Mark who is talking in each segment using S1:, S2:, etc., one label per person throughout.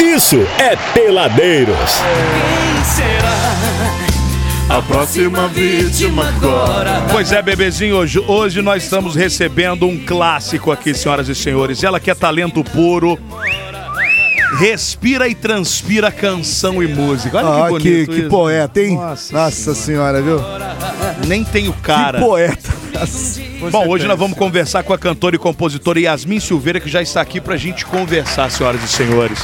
S1: isso é Peladeiros.
S2: Quem será a próxima vítima agora?
S3: Pois é, bebezinho, hoje, hoje nós estamos recebendo um clássico aqui, senhoras e senhores. Ela que é talento puro. Respira e transpira canção e música. Olha que
S4: Ah,
S3: bonito
S4: que, que
S3: isso.
S4: poeta, hein?
S3: Nossa
S4: Nossa, senhora, viu?
S3: Nem tenho cara.
S4: Que poeta.
S3: Bom, hoje nós vamos conversar com a cantora e compositora Yasmin Silveira, que já está aqui pra gente conversar, senhoras e senhores.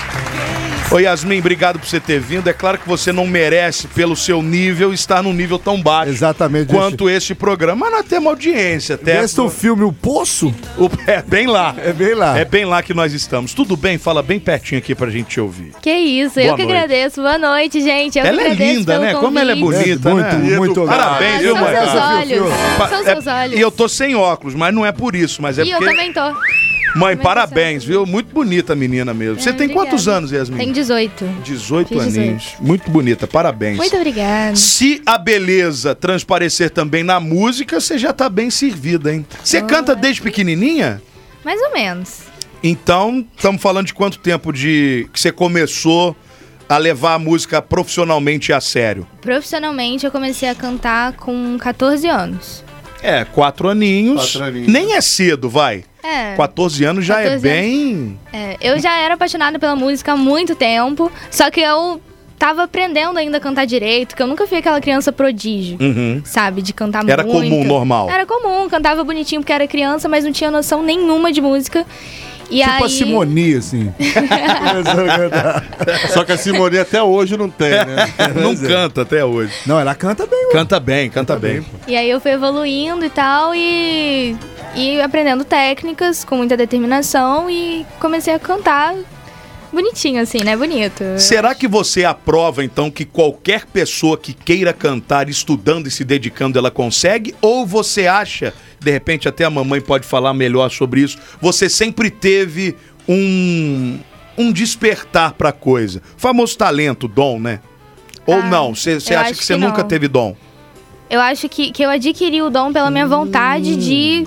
S3: Oi, Yasmin, obrigado por você ter vindo. É claro que você não merece, pelo seu nível, estar num nível tão baixo
S4: Exatamente.
S3: quanto este programa. Mas nós temos audiência, até.
S4: Testa o filme O Poço?
S3: O- É bem lá.
S4: É bem lá.
S3: É bem lá que nós estamos. Tudo bem? Fala bem pertinho aqui pra gente te ouvir.
S5: Que isso, eu
S3: Boa
S5: que
S3: noite.
S5: agradeço. Boa noite, gente. Eu
S3: Ela
S5: que
S3: é
S5: agradeço
S3: linda,
S5: pelo
S3: né? Como ela é
S5: convite.
S3: Bonita,
S4: muito,
S3: né?
S4: muito
S3: Educada. Parabéns,
S5: Ah,
S3: viu,
S5: são
S3: Maicon?
S5: seus olhos.
S3: Pa-
S5: São
S3: é-
S5: seus olhos.
S3: E eu tô sem óculos, mas não é por isso, mas é
S5: Ih, eu
S3: porque.
S5: também tô.
S3: Mãe,
S5: Também
S3: parabéns, viu? Muito bonita a menina mesmo. Você
S5: Ah,
S3: tem
S5: obrigada.
S3: quantos anos, Yasmin?
S5: Tenho 18.
S3: 18
S5: Fiz 18.
S3: aninhos. Muito bonita, parabéns.
S5: Muito obrigada.
S3: Se a beleza transparecer também na música, você já tá bem servida, hein? Você
S5: Ah.
S3: canta desde pequenininha?
S5: Mais ou menos.
S3: Então, estamos falando de quanto tempo de que você começou a levar a música profissionalmente a sério?
S5: Profissionalmente, eu comecei a cantar com 14 anos.
S3: É, quatro aninhos.
S4: Quatro aninhos.
S3: Nem é cedo, vai.
S5: É,
S3: 14 anos já
S5: 14
S3: é
S5: anos.
S3: bem.
S5: é, eu já era apaixonada pela música há muito tempo, só que eu tava aprendendo ainda a cantar direito, que eu nunca fui aquela criança prodígio,
S3: Uhum.
S5: sabe? De cantar
S3: Era
S5: muito.
S3: comum, né? normal.
S5: Era comum, cantava bonitinho porque era criança, mas não tinha noção nenhuma de música. E
S4: Tipo a
S5: aí...
S4: Simoni, assim. Começando a cantar.
S2: Só que a Simone até hoje não tem, né?
S3: Não canta até hoje.
S4: Não, ela canta bem.
S3: Canta bem, canta bem.
S5: E aí eu fui evoluindo e tal, e, e aprendendo técnicas com muita determinação e comecei a cantar bonitinho, assim, né? Bonito.
S3: Será que você aprova então que qualquer pessoa que queira cantar, estudando e se dedicando, ela consegue? Ou você acha, de repente até a mamãe pode falar melhor sobre isso, você sempre teve um um despertar pra coisa? Famoso talento, dom, né? Ou
S5: Ah,
S3: não? Você você
S5: eu
S3: acha
S5: acho
S3: que você
S5: que
S3: nunca
S5: não.
S3: teve dom?
S5: Eu acho que, que eu adquiri o dom pela minha vontade de.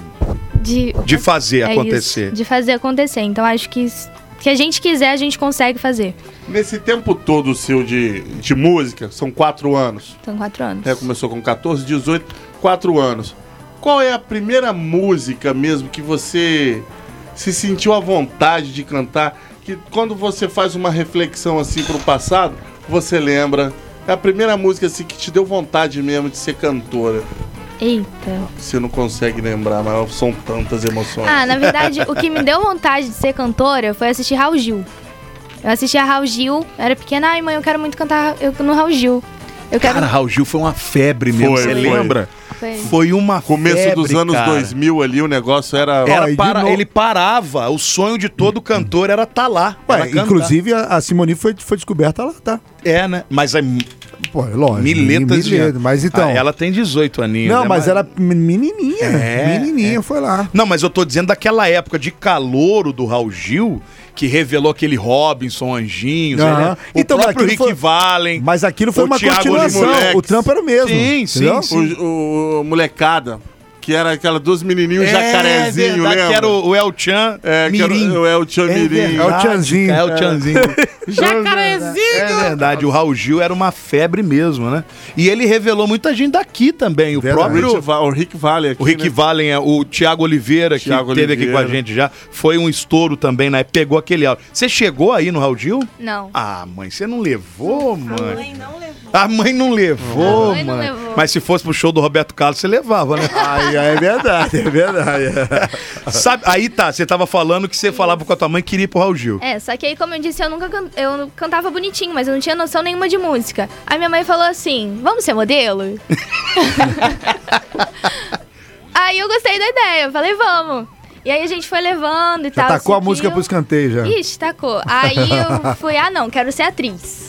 S5: De,
S3: De fazer
S5: é isso,
S3: acontecer.
S5: de fazer acontecer. Então acho que s- se a gente quiser, a gente consegue fazer.
S2: Nesse tempo todo seu de, de música, são quatro anos.
S5: São quatro anos.
S2: né? Começou com 14, 18, 4 anos. Qual é a primeira música mesmo que você se sentiu à vontade de cantar? Que quando você faz uma reflexão assim pro passado, você lembra. É a primeira música assim que te deu vontade mesmo de ser cantora.
S5: Eita.
S2: Você não consegue lembrar, mas são tantas emoções.
S5: Ah, na verdade, o que me deu vontade de ser cantora foi assistir Raul Gil. Eu assistia Raul Gil, eu era pequena, ai mãe, eu quero muito cantar eu- no Raul Gil. Eu quero.
S3: Cara, Raul Gil foi uma febre mesmo,
S2: Foi,
S3: você
S2: foi.
S3: lembra?
S5: Foi.
S3: Foi uma
S2: Começo
S3: febre,
S2: dos anos
S3: cara.
S2: 2000 ali, o negócio era.
S4: Ó,
S3: Era
S4: e de
S3: para-
S4: novo-
S3: ele parava. O sonho de todo cantor era estar lá. era
S4: Ué,
S3: cantar.
S4: inclusive, a, a Simoni foi, foi descoberta lá, tá?
S3: É, né? Mas é
S4: Pô, é lógico.
S3: miletas de
S4: miletas,
S3: anos.
S4: Mas então...
S3: Ah, ela tem 18 aninhos.
S4: Não,
S3: né?
S4: mas era menininha.
S3: É,
S4: menininha, foi lá.
S3: Não, mas eu tô dizendo daquela época de calouro do Raul Gil, que revelou aquele Robinson, Anjinhos,
S4: Aham.
S3: né? o
S4: Então, mas
S3: próprio
S4: aquilo
S3: Rick
S4: foi-
S3: Valen.
S4: Mas aquilo foi
S3: O
S4: uma
S3: Thiago né?
S4: continuação.
S2: Limolex.
S4: O trampo era o mesmo.
S3: Sim, sim,
S4: entendeu?
S3: sim.
S2: O, o molecada, que era aquela dos menininhos
S3: é,
S2: jacarezinho,
S3: verdade,
S2: lembra?
S3: que era o, o El Chan
S2: É, que era
S3: Mirim.
S2: o- é o Tchan Mirim.
S4: É o Tchanzinho.
S3: É o Tchanzinho.
S5: Jacarezinho!
S3: É verdade, o Raul Gil era uma febre mesmo, né? E ele revelou muita gente daqui também. O
S4: Verdade.
S3: próprio
S2: Rich Va- o Rick Vale né? aqui.
S3: O Rick
S2: né?
S3: Valen, é, o Thiago Oliveira, que
S2: Thiago
S3: esteve aqui com a
S2: Oliveira.
S3: gente já, foi um estouro também, né? Pegou aquele áudio. Você chegou aí no Raul Gil?
S5: Não.
S3: Ah, mãe, você não levou, mãe.
S6: mãe não levou.
S3: A mãe não levou,
S5: A mãe não
S3: mãe.
S5: levou.
S3: Mas se fosse pro show do Roberto Carlos, você levava, né?
S4: Aí, aí é verdade, é verdade.
S3: Sabe, aí tá, você tava falando que você falava com a tua mãe que queria ir pro Raul Gil.
S5: É, só que aí, como eu disse, eu nunca can- eu cantava bonitinho, mas eu não tinha noção nenhuma de música. Aí minha mãe falou assim: vamos ser modelo? aí eu gostei da ideia, eu falei, vamos. E aí a gente foi levando e
S4: Já
S5: tal.
S4: tacou a
S5: subiu.
S4: música pro escanteio já.
S5: Ixi, tacou. Aí eu fui, ah não, quero ser atriz.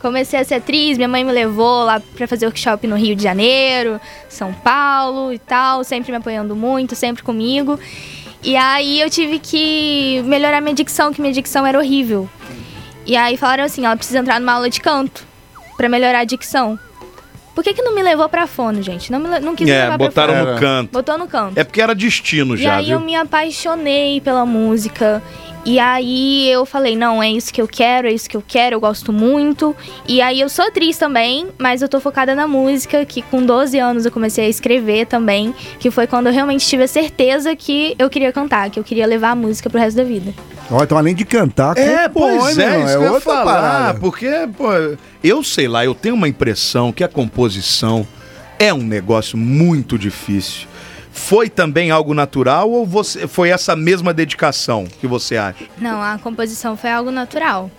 S5: Comecei a ser atriz, minha mãe me levou lá pra fazer workshop no Rio de Janeiro, São Paulo e tal, sempre me apoiando muito, sempre comigo. E aí eu tive que melhorar minha dicção, que minha dicção era horrível. E aí falaram assim, ela precisa entrar numa aula de canto pra melhorar a dicção. Por que que não me levou pra fono, gente? Não, me, le- não quis me
S3: É,
S5: levar pra
S3: botaram
S5: fono.
S3: no canto.
S5: Botou no canto.
S3: É porque era É destino
S5: E
S3: já,
S5: aí eu
S3: viu?
S5: me apaixonei pela música. E aí eu falei, não, é isso que eu quero, é isso que eu quero, eu gosto muito. E aí eu sou atriz também, mas eu tô focada na música, que com 12 anos eu comecei a escrever também, que foi quando eu realmente tive a certeza que eu queria cantar, que eu queria levar a música pro resto da vida.
S4: Ó, então além de cantar,
S3: É,
S4: compõe,
S3: pois
S4: meu
S3: é,
S4: irmão,
S3: isso que eu ia
S4: outra
S3: falar,
S4: parada.
S3: porque, pô, eu sei lá, eu tenho uma impressão que a composição é um negócio muito difícil. Foi também algo natural ou você foi essa mesma dedicação que você acha?
S5: Não, a composição foi algo natural.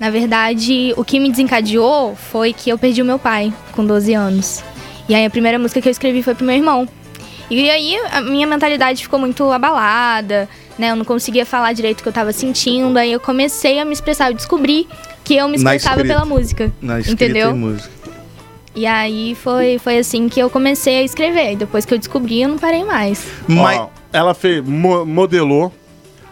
S5: Na verdade, o que me desencadeou foi que eu perdi o meu pai com 12 anos. E aí a primeira música que eu escrevi foi pro meu irmão. E aí a minha mentalidade ficou muito abalada, né? Eu não conseguia falar direito o que eu tava sentindo. Aí eu comecei a me expressar, eu descobri que eu me
S3: Na
S5: expressava
S3: escrita.
S5: pela música.
S3: Na escrita e
S5: entendeu?
S3: música.
S5: E aí foi, foi assim que eu comecei a escrever. E depois que eu descobri, eu não parei mais.
S3: Mas,
S2: Ó, ela fez, mo- modelou,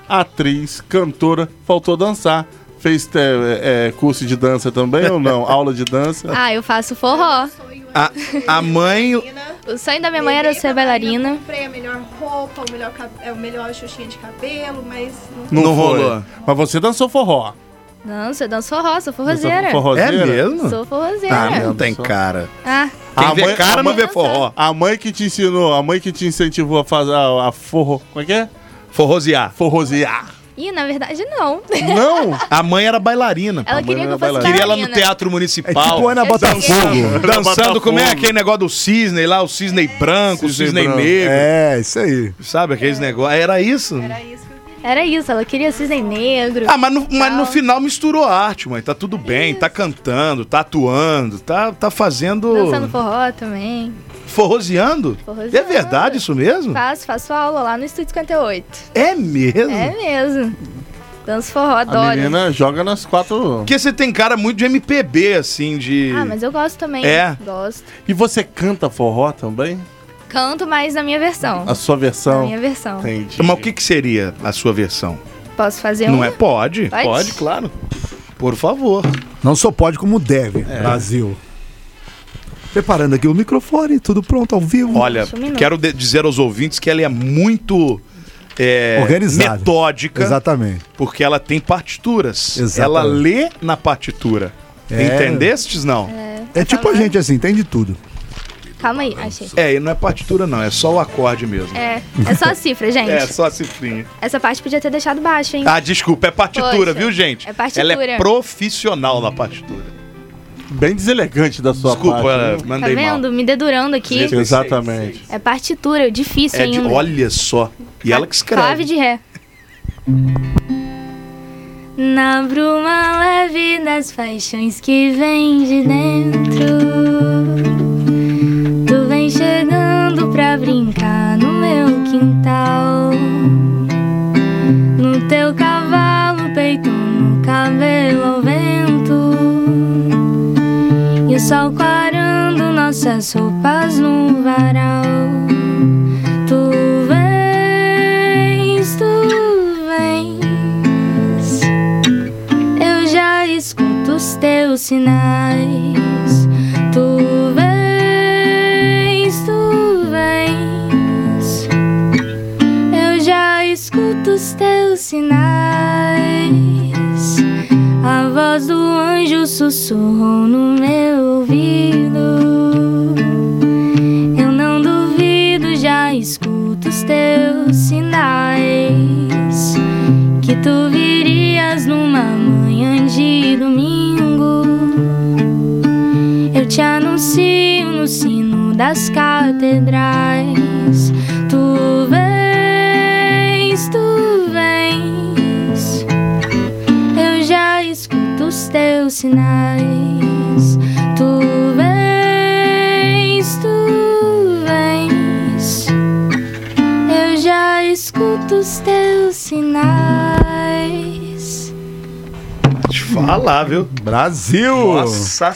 S2: atriz, cantora, faltou dançar. Fez é, é, curso de dança também ou não? Aula de dança?
S5: Ah, eu faço forró.
S3: a, a mãe.
S5: É.
S3: ah,
S5: O sonho da minha mãe era ser
S6: Eu
S5: bailarina.
S6: comprei a melhor roupa, o melhor, cab- é, o melhor xuxinha de cabelo, mas não
S3: Não
S2: foi.
S3: rolou.
S2: Mas você dançou forró.
S5: Danço, eu danço forró, sou forrozeira.
S3: É
S2: Forrozeira?
S3: mesmo?
S5: Sou forrozeira.
S3: Ah,
S2: mesmo.
S3: não tem cara.
S5: Ah,
S3: Quem
S2: A
S3: vê
S2: mãe-
S3: cara
S2: a
S3: não
S2: mãe-
S3: vê forró.
S2: A mãe que te ensinou, a mãe que te incentivou a fazer a, a forro. Como é que é?
S3: Forrosear.
S2: Forrosear.
S5: e na verdade não.
S2: Não!
S3: A mãe era bailarina. pô.
S5: Ela queria que eu fosse
S3: Queria ela no
S5: bailarina.
S3: Teatro
S4: É
S3: Municipal.
S4: tipo Ana
S5: Eu
S4: Botafogo.
S3: Dançando, como é
S2: Botafogo.
S3: aquele negócio do cisne lá, o cisne branco, o
S2: Cisne
S3: cisne
S2: branco.
S3: negro.
S4: É, isso aí.
S3: Sabe aqueles negócios? Era isso?
S6: era isso que eu queria.
S5: É. Era isso, ela queria cisne negro.
S3: Ah, mas no, mas
S5: Então.
S3: no final misturou a arte, mãe. Tá tudo
S5: É
S3: bem, tá cantando, tá atuando, tá, tá fazendo.
S5: Dançando forró também.
S3: Forroseando?
S5: Forroseando.
S3: É verdade isso mesmo?
S5: Faço, faço aula lá no Estúdio 58.
S3: É mesmo?
S5: É mesmo. Danço forró,
S2: A
S5: adoro.
S2: menina joga nas quatro.
S3: Porque você tem cara muito de MPB, assim, de.
S5: Ah, mas eu gosto também.
S3: É.
S5: Gosto.
S2: E você canta forró também?
S5: Canto mais na minha versão.
S3: Ah,
S2: A sua
S5: Na
S3: tá.
S2: versão?
S5: minha versão.
S2: Entendi.
S3: Mas o que, que seria a sua versão?
S5: Posso fazer
S3: Não
S5: uma?
S3: é? Pode, pode,
S5: um Pode?
S3: claro. Por favor.
S4: Não só pode, como deve,
S3: É.
S4: Brasil. Preparando aqui o microfone, tudo pronto, ao vivo.
S3: Olha,
S5: Deixa eu um minuto.
S3: quero de- dizer aos ouvintes que ela é muito. É,
S4: Organizada.
S3: Metódica.
S4: Exatamente.
S3: Porque ela tem partituras.
S4: Exatamente.
S3: Ela lê na partitura.
S4: É.
S3: Entendestes? Não.
S4: É tipo a gente assim, tem de tudo.
S5: Calma aí, achei.
S3: É, e não é partitura, não. É só o acorde mesmo.
S5: É, é só a cifra, gente.
S3: É, só a cifrinha.
S5: Essa parte podia ter deixado baixo, hein?
S3: Ah, desculpa, é partitura,
S5: Poxa,
S3: viu, gente?
S5: é partitura.
S3: Ela é profissional na partitura.
S2: Bem deselegante da sua
S3: Desculpa,
S2: parte. né?
S3: eh,
S5: tá
S3: mandei
S5: vendo?
S3: mal.
S5: Me dedurando aqui.
S3: Sim.
S2: Exatamente.
S5: É partitura, eu difícil
S3: É de-
S5: ainda.
S3: olha só. E ela que
S5: Clave
S3: escreve.
S5: de ré. Na bruma leve das paixões que vem de dentro, tu vem chegando pra brincar no meu quintal. No teu cavalo, peito no cabelo ao vento, e o sol quarando nossas roupas no varal. Tu vens, tu vens. Eu já escuto os teus sinais. Tu vens, tu vens. Eu já escuto os teus sinais. A voz do anjo sussurrou no meu ouvido. Eu não duvido, já escuto os teus sinais. Que tu virias numa manhã de domingo. Eu te anuncio no sino das catedrais. Tu vens, tu vens. Eu já escuto os teus sinais. Tu vens, tu vens. Eu já escuto os teus sinais.
S3: Te falar, viu?
S4: Brasil!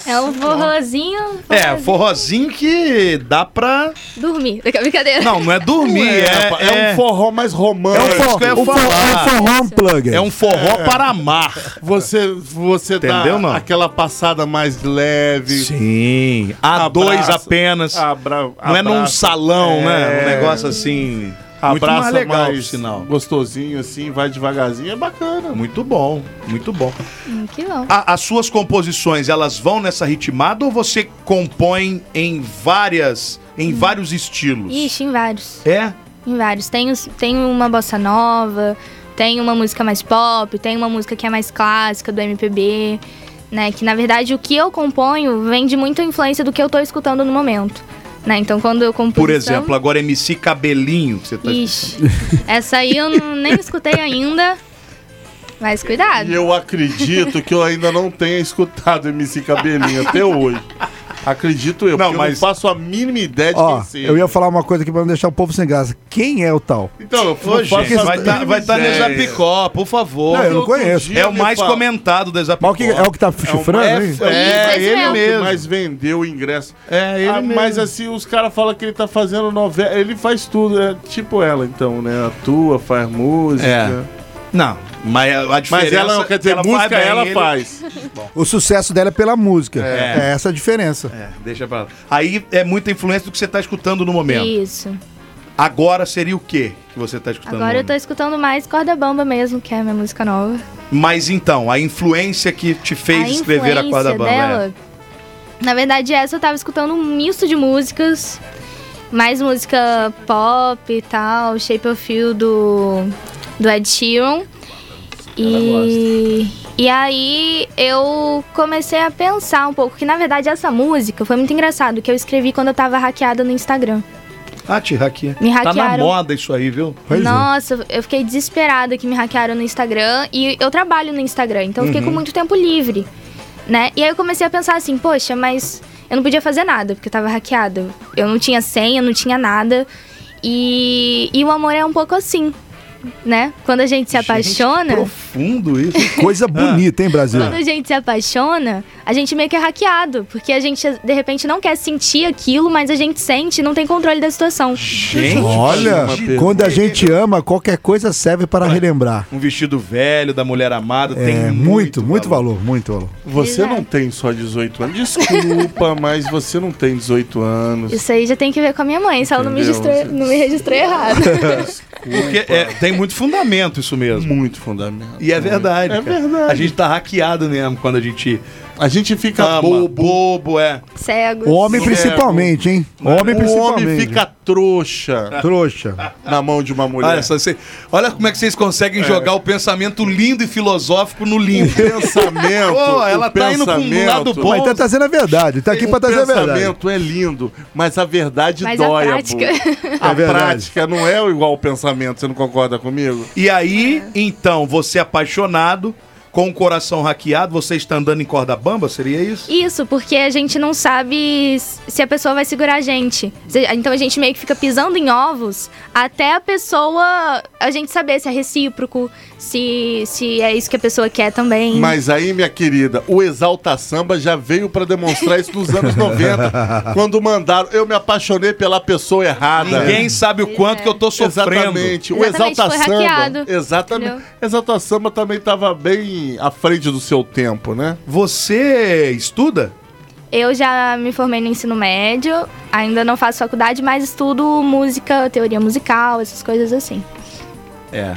S5: É um forrozinho.
S3: É, forrozinho que dá pra.
S5: Dormir. Brincadeira.
S3: Não, não é dormir,
S2: É,
S3: é, é,
S2: é um forró mais romântico.
S3: É um forró.
S4: Pô,
S3: que eu ia
S4: o forró-
S3: falar.
S4: é um forró unplugged.
S3: é um forró para amar.
S2: Você, você
S3: Entendeu,
S2: dá
S3: não?
S2: aquela passada mais leve.
S3: Sim. A dois
S2: Abraça.
S3: apenas.
S2: Abra,
S3: Não é num
S2: abraça.
S3: salão, né? Um
S2: É.
S3: negócio assim. Muito
S2: Abraça
S3: mais legal,
S2: mais
S3: por sinal.
S2: gostosinho assim, vai devagarzinho, é bacana.
S3: Muito bom, muito bom.
S5: Hum, que bom.
S3: A- as suas composições, elas vão nessa ritmada ou você compõe em várias, em vários estilos?
S5: Hum. Ixi, em vários.
S3: É?
S5: Em vários. Tem, os- tem uma bossa nova, tem uma música mais pop, tem uma música que é mais clássica, do MPB, né? Que na verdade o que eu componho vem de muita influência do que eu tô escutando no momento. Né? Então quando eu compus.
S3: Por exemplo, agora MC Cabelinho, que você tá
S5: Ixi, essa aí eu não- nem escutei ainda. Mas cuidado.
S2: E eu acredito que eu ainda não tenha escutado MC Cabelinho até hoje. Acredito eu,
S3: Não,
S2: porque
S3: mas-
S2: eu não faço a mínima ideia de
S4: Ó,
S2: quem seja.
S4: eu ia falar uma coisa aqui pra não deixar o povo sem graça. Quem é o tal?
S2: Então, eu
S3: Ô,
S2: não faço
S3: gente,
S2: a
S3: vai estar
S2: mínima
S3: vai tá no
S2: ideia.
S3: Zapicó, por favor.
S4: Não, eu não
S2: Outro
S4: conheço.
S2: dia
S3: É o
S2: me
S3: mais
S2: fala-
S3: comentado da
S4: Mas
S3: Zapicó.
S4: o que, é o que tá
S2: É, um-
S4: chifrando,
S2: é,
S4: hein?
S3: É,
S5: Isso
S3: ele
S5: mesmo.
S2: que
S3: mesmo.
S2: mais vendeu o ingresso.
S3: É, ele
S2: Ah,
S3: mesmo.
S2: mas assim, os caras falam que ele tá fazendo novela. Ele faz tudo, é tipo ela, então, né? Atua, faz
S4: é?
S2: música.
S3: É. Não, mas a- a diferença... é
S2: Mas ela, quer dizer, música
S3: bem,
S2: ela
S3: ele-
S2: faz.
S4: O sucesso dela é pela música.
S3: É.
S4: É, essa a diferença.
S3: É, deixa pra lá. Aí é muita influência do que você tá escutando no momento.
S5: Isso.
S3: Agora seria o quê que você tá escutando
S5: Agora
S3: no
S5: eu tô escutando mais Corda Bamba mesmo, que é a minha música nova.
S3: Mas então, a influência que te fez
S5: a
S3: escrever a corda
S5: influência
S3: bamba.
S5: dela,
S3: é.
S5: Na verdade, essa eu tava escutando um misto de músicas. Mais música pop e tal, Shape of You do, do Ed Sheeran. E, e aí eu comecei a pensar um pouco, que na verdade essa música foi muito engraçado, que eu escrevi quando eu tava hackeada no Instagram.
S3: Ah, te hackeia.
S5: Me
S3: Tá na
S5: hackearam.
S3: moda isso aí, viu?
S4: Pois é.
S5: Nossa, eu fiquei desesperada que me hackearam no Instagram. E eu trabalho no Instagram, então eu fiquei com muito tempo livre, né? E aí eu comecei a pensar assim, poxa, mas eu não podia fazer nada, porque eu tava hackeada. Eu não tinha senha, não tinha nada. E, e o amor é um pouco assim, né? Quando a gente se apaixona...
S3: Gente, profundo isso.
S4: Coisa bonita, hein, Brasil?
S5: Quando a gente se apaixona, a gente meio que é hackeado, porque a gente de repente não quer sentir aquilo, mas a gente sente e não tem controle da situação.
S3: Gente,
S4: Olha,
S3: uma pergunta.
S4: quando a gente ama, qualquer coisa serve para relembrar.
S3: Um vestido velho da mulher amada tem
S4: É, muito, muito valor, muito valor.
S2: Você
S5: Exato.
S2: não tem só 18 anos. Desculpa, mas você não tem 18 anos.
S5: Isso aí já tem que ver com a minha mãe, se ela não me,
S2: Entendeu?
S5: registrou, não me registrou errado.
S3: Porque é, tem muito fundamento isso mesmo.
S2: Muito fundamental.
S3: E é verdade.
S2: É
S3: cara.
S2: verdade.
S3: A gente tá hackeado mesmo quando a gente
S2: A gente fica
S3: ama.
S2: bobo.
S3: bobo, é.
S5: Cegos.
S4: Homem
S2: Certo.
S4: principalmente, hein? Homem
S2: o
S4: principalmente.
S2: homem fica trouxa
S4: trouxa.
S2: na mão de uma mulher.
S3: Olha, só, cê- olha como é que vocês conseguem jogar o pensamento lindo e filosófico no limpo.
S2: pensamento.
S3: Pô,
S2: o
S3: ela tá indo pra um lado bom.
S4: Mas tá trazendo a verdade, tá aqui
S2: O
S4: pra trazer a verdade.
S2: um pensamento é lindo, mas a verdade
S5: Mas a
S2: dói. amor.
S5: prática-
S2: A
S4: É verdade.
S2: prática não é igual o pensamento, você não concorda comigo?
S3: E aí, então, você apaixonado, com o coração hackeado, você está andando em corda bamba, seria isso?
S5: Isso, porque a gente não sabe s- se a pessoa vai segurar a gente. Se- Então a gente meio que fica pisando em ovos até a pessoa. A gente saber se é recíproco, se, se é isso que a pessoa quer também.
S2: Mas aí, minha querida, o Exalta Samba já veio pra demonstrar isso nos anos 90, quando mandaram. Eu me apaixonei pela pessoa errada.
S4: É.
S3: Ninguém sabe o quanto que eu tô sofrendo.
S2: Exatamente. O
S5: Exatamente,
S2: Exalta
S5: foi
S2: Samba.
S5: hackeado,
S2: Exatamente.
S5: entendeu?
S2: Exalta Samba também tava bem à frente do seu tempo, né?
S3: Você estuda?
S5: Eu já me formei no ensino médio, ainda não faço faculdade, mas estudo música, teoria musical, essas coisas assim.
S3: É.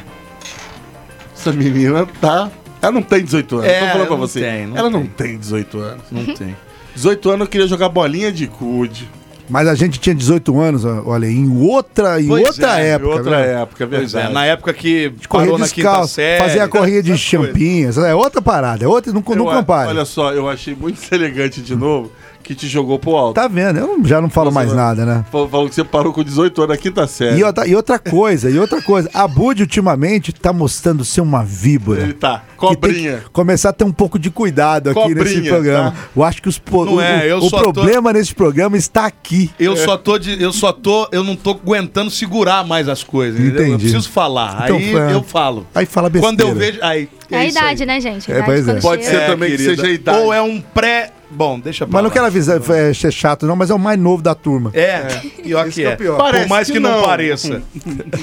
S2: Essa menina tá. Ela não tem 18 anos.
S3: É,
S2: tô falando pra
S3: não
S2: você.
S3: tem, não
S2: ela não
S3: tem.
S2: tem 18 anos.
S3: Não tem.
S2: 18 anos eu queria jogar bolinha de cude.
S4: Mas a gente tinha 18 anos, ó, olha, em outra, em
S3: Pois
S4: outra
S3: é, em
S4: época.
S2: Outra
S4: né?
S2: época, é
S3: Pois é,
S2: verdade.
S3: na época que parou
S4: Corria
S3: na quinta
S4: descalço,
S3: série.
S4: fazia a corrida de champinhas, é outra parada, é outra, não,
S2: Eu
S4: não
S2: a-
S4: compare.
S2: Olha só, eu achei muito deselegante de novo que te jogou pro alto.
S4: Tá vendo, eu não- já não falo
S2: Nossa,
S4: mais
S2: mano.
S4: nada, né?
S2: Falou, falou que você parou com 18 anos tá na quinta série.
S4: E outra, e outra coisa, e outra coisa, a Bud ultimamente tá mostrando ser uma víbora.
S2: Ele tá,
S4: que tem
S2: cobrinha.
S4: que começar a ter um pouco de cuidado aqui nesse
S2: Cobrinha,
S4: programa.
S2: tá?
S4: Eu acho que os po-
S3: Não
S4: o,
S3: é, eu
S4: o
S3: só tô-
S4: problema nesse programa está aqui.
S3: Eu só tô de, eu só tô, eu não tô aguentando segurar mais as coisas, entendeu? Eu
S4: Entendi.
S3: preciso falar.
S4: Então,
S3: aí
S4: Fran,
S3: eu falo.
S4: Aí fala besteira.
S3: Quando eu vejo, aí
S5: É a
S3: isso aí.
S5: idade, né, gente? A
S4: É,
S5: idade
S4: pois é.
S5: quando
S2: Pode
S5: chega.
S2: ser também que seja a idade.
S3: Ou é um pré, bom, deixa pra
S4: Mas não
S3: lá.
S4: quero avisar, é, ser chato não, mas é o mais novo da turma.
S3: É, pior
S4: Esse
S3: que
S4: que é o
S3: é.
S4: pior.
S3: Por
S2: Parece
S3: mais que,
S2: que
S3: não
S2: não.
S3: pareça.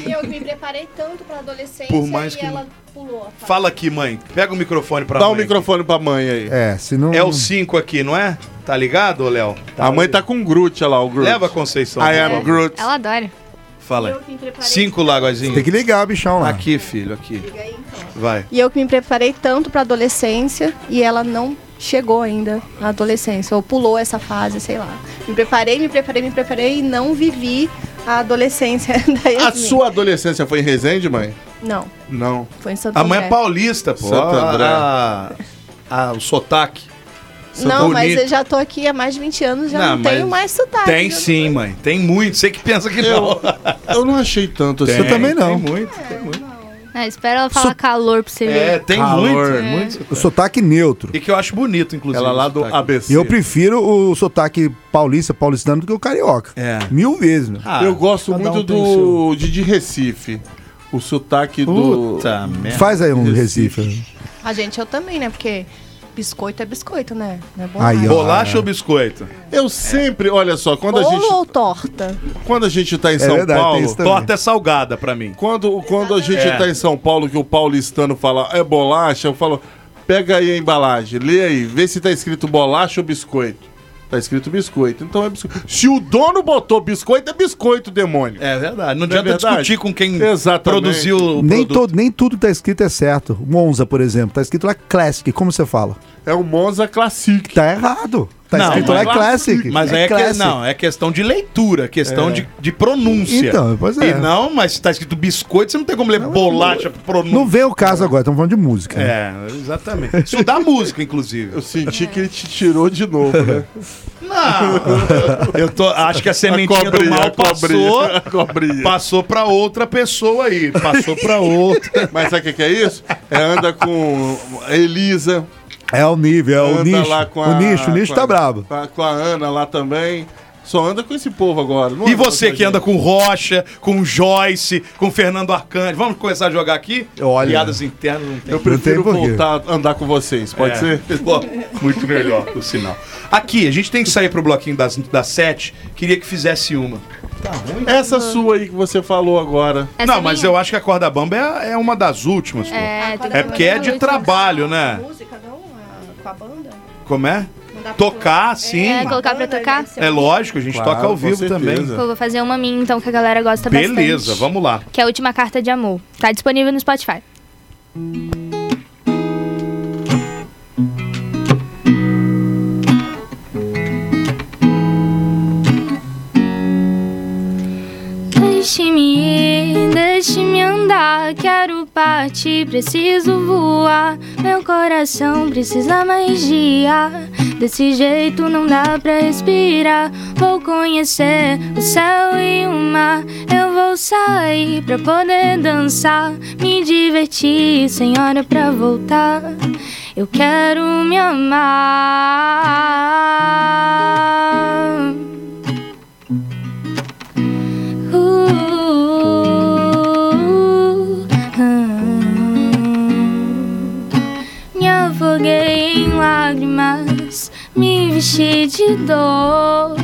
S6: E eu que me preparei tanto pra adolescência
S3: Por mais
S6: e
S3: que-
S6: ela pulou. a fase.
S3: Fala aqui, mãe. Pega o microfone pra
S2: Dá o
S3: mãe.
S2: microfone pra mãe aí.
S4: É, se não.
S3: É o 5 aqui, não é? Tá ligado, ô Léo? Tá.
S2: a mãe tá com o Groot, olha lá, o Groot.
S3: Leva a Conceição.
S2: I
S3: por
S2: am
S3: favor.
S2: Groot.
S5: Ela adora.
S3: Fala
S6: Eu que me
S3: aí.
S6: preparei.
S3: Cinco lá, Gozinho.
S4: Tem que ligar, bichão lá.
S3: Aqui, filho, aqui.
S6: Liga aí, então.
S3: Vai.
S6: E eu que me preparei tanto para adolescência e ela não chegou ainda na adolescência, ou pulou essa fase, sei lá. Me preparei, me preparei, me preparei e não vivi a adolescência da
S2: A
S6: Yasmin.
S2: sua adolescência foi em Resende, mãe?
S6: Não,
S2: Não.
S6: foi em Santo
S3: A mãe é
S6: André.
S3: paulista, pô.
S2: Santo André.
S3: Ah, ah, o sotaque.
S6: Não, mas
S3: Bonito.
S6: eu já tô aqui há mais de 20 anos, já não,
S3: Não,
S6: tenho
S3: mas
S6: mais sotaque.
S3: Tem
S6: já não-
S3: sim, mãe. Tem muito. Você que pensa que não.
S2: Eu, eu não achei tanto assim.
S3: Tem,
S4: também não.
S3: Tem muito, tem muito.
S5: É, espera ela falar calor pra você
S3: É,
S5: ver.
S3: tem
S4: Calor,
S3: muito.
S4: O sotaque neutro.
S3: E que eu acho bonito, inclusive.
S2: Ela lá
S3: o
S2: do
S3: sotaque.
S2: ABC.
S4: E eu prefiro o sotaque paulista, paulistano, do que o carioca.
S3: É.
S4: Mil vezes, meu.
S3: Ah,
S2: eu gosto
S4: cada
S2: muito
S4: um tem
S2: do de, de Recife. O sotaque do.
S3: Puta Tá, merda.
S4: Faz aí um
S2: Recife.
S4: Recife.
S6: A gente, eu também, né? Porque biscoito é biscoito, né? Não é bom
S4: Aí, ó.
S3: Bolacha ou biscoito?
S2: Eu sempre, olha só, quando a
S6: Bolo
S2: gente,
S6: ou torta?
S2: quando a gente tá em
S4: É
S2: São
S4: verdade, tem
S2: Paulo.
S4: isso também.
S3: Torta é salgada pra mim.
S2: Quando, quando a gente
S3: É.
S2: tá em São Paulo, que o paulistano fala é bolacha, eu falo, pega aí a embalagem, lê aí, vê se tá escrito bolacha ou biscoito. Tá escrito biscoito, então é biscoito. Se o dono botou biscoito, é biscoito, demônio.
S3: É verdade. Não
S2: Não é
S3: adianta
S2: verdade?
S3: discutir com quem
S2: Exatamente.
S3: produziu o
S4: Nem,
S3: produto.
S4: todo, nem tudo que tá escrito é certo. Monza, por exemplo, tá escrito lá Classic. Como você fala?
S2: É um Monza Classic.
S4: Tá errado. Tá
S3: Não,
S4: escrito lá
S2: mas-
S4: Classic.
S3: Mas aí é, que,
S4: Classic.
S3: não, é questão de leitura, questão de, de pronúncia.
S4: Então, pois é.
S3: E não, mas se tá escrito biscoito, você não tem como ler bolacha, pronúncia.
S4: Não vem o caso agora, estamos falando de música. né?
S3: É, exatamente. Estudar música, inclusive.
S2: Eu senti que ele te tirou de novo, né?
S3: Não. Eu tô, acho que a sementinha do mal passou,
S2: a cobrinha.
S3: passou pra outra pessoa aí. Passou pra outra.
S2: Mas sabe o que, que é isso? É anda com a Elisa.
S4: É o nível, é o
S2: anda
S4: nicho.
S2: lá com a,
S4: o nicho, o
S2: com
S4: nicho
S2: a-
S4: tá brabo.
S2: Com a, com a Ana lá também. Só anda com esse povo agora. não
S3: E
S2: anda com
S3: você
S2: a
S3: que
S2: gente.
S3: anda com Rocha, com Joyce, com Fernando Arcanjo. Vamos começar a jogar aqui?
S4: Olha.
S3: Piadas internas não tem.
S2: Eu prefiro
S4: Não tem porquê.
S2: voltar a andar com vocês, pode
S3: É.
S2: ser?
S3: Bom, Muito melhor, por sinal. Aqui, a gente tem que sair pro bloquinho das, das sete. Queria que fizesse uma.
S2: Essa sua aí que você falou agora.
S5: Essa é
S3: não, mas
S5: minha?
S3: eu acho que a corda bamba é, é uma das últimas, pô.
S6: Ah,
S5: É, tem que
S3: É porque é de trabalho,
S6: A
S3: né?
S6: música, não? A- Com a banda?
S3: Como é?
S6: Não dá pra
S3: Tocar, sim.
S5: É, colocar pra tocar?
S3: É lógico, a gente
S2: Claro,
S3: toca ao
S2: com
S3: vivo
S2: certeza.
S3: também.
S5: Pô, vou fazer uma minha então que a galera gosta bastante.
S3: Beleza, vamos lá.
S5: Que é a última carta de amor. Tá disponível no Spotify. Deixe-me ir, deixe-me andar. Quero partir, preciso voar. Meu coração precisa mais de ar. Desse jeito não dá pra respirar. Vou conhecer o céu e o mar. Eu vou sair pra poder dançar. Me divertir sem hora pra voltar. Eu quero me amar. Uh, ah. Me afoguei em lágrimas, me vesti de dor,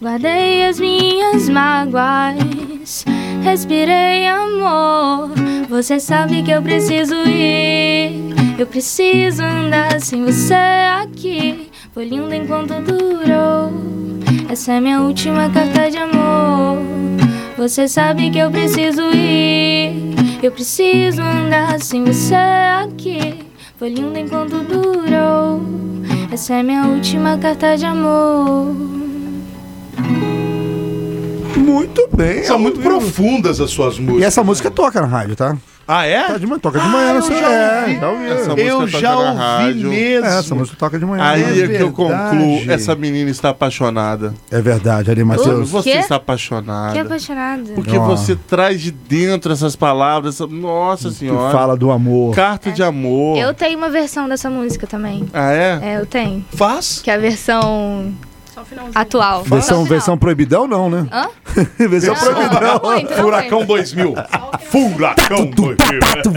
S5: guardei as minhas mágoas, respirei amor. Você sabe que eu preciso ir, eu preciso andar sem você aqui. Foi lindo enquanto durou. Essa é minha última carta de amor. Você sabe que eu preciso ir. Eu preciso andar sem você aqui. Foi lindo enquanto durou. Essa é minha última carta de amor.
S4: Muito bem.
S3: São
S4: é
S3: muito
S4: um-
S3: profundas as suas músicas.
S4: E essa música toca na rádio, tá?
S3: Ah,
S4: Tá
S3: é?
S4: de manhã, toca de manhã, você é. Já ouvi.
S2: Essa
S3: Eu
S2: música
S3: já
S2: toca na
S3: ouvi
S2: rádio.
S3: mesmo.
S4: É, Essa música toca de manhã.
S2: Aí
S4: né?
S2: é que eu concluo,
S4: Verdade.
S2: essa menina está apaixonada.
S4: É verdade, Ari Matheus.
S2: Você
S5: Quê?
S2: está apaixonada.
S5: Que apaixonada.
S2: Porque
S4: Ah.
S2: você traz de dentro essas palavras. essa- Nossa
S4: Que
S2: senhora.
S4: fala do amor.
S2: Carta de amor.
S5: É. Eu tenho uma versão dessa música também.
S2: Ah, é?
S5: É, eu tenho.
S3: Faz?
S5: Que é a versão
S6: Só o
S2: um
S6: finalzinho.
S5: atual. um
S4: Versão,
S5: Só o final.
S4: versão proibidão, não, né?
S5: Hã?
S4: versão
S5: Não,
S4: proibidão.
S5: não muito, não
S3: Furacão
S5: muito.
S3: 2000. Furacão 2000.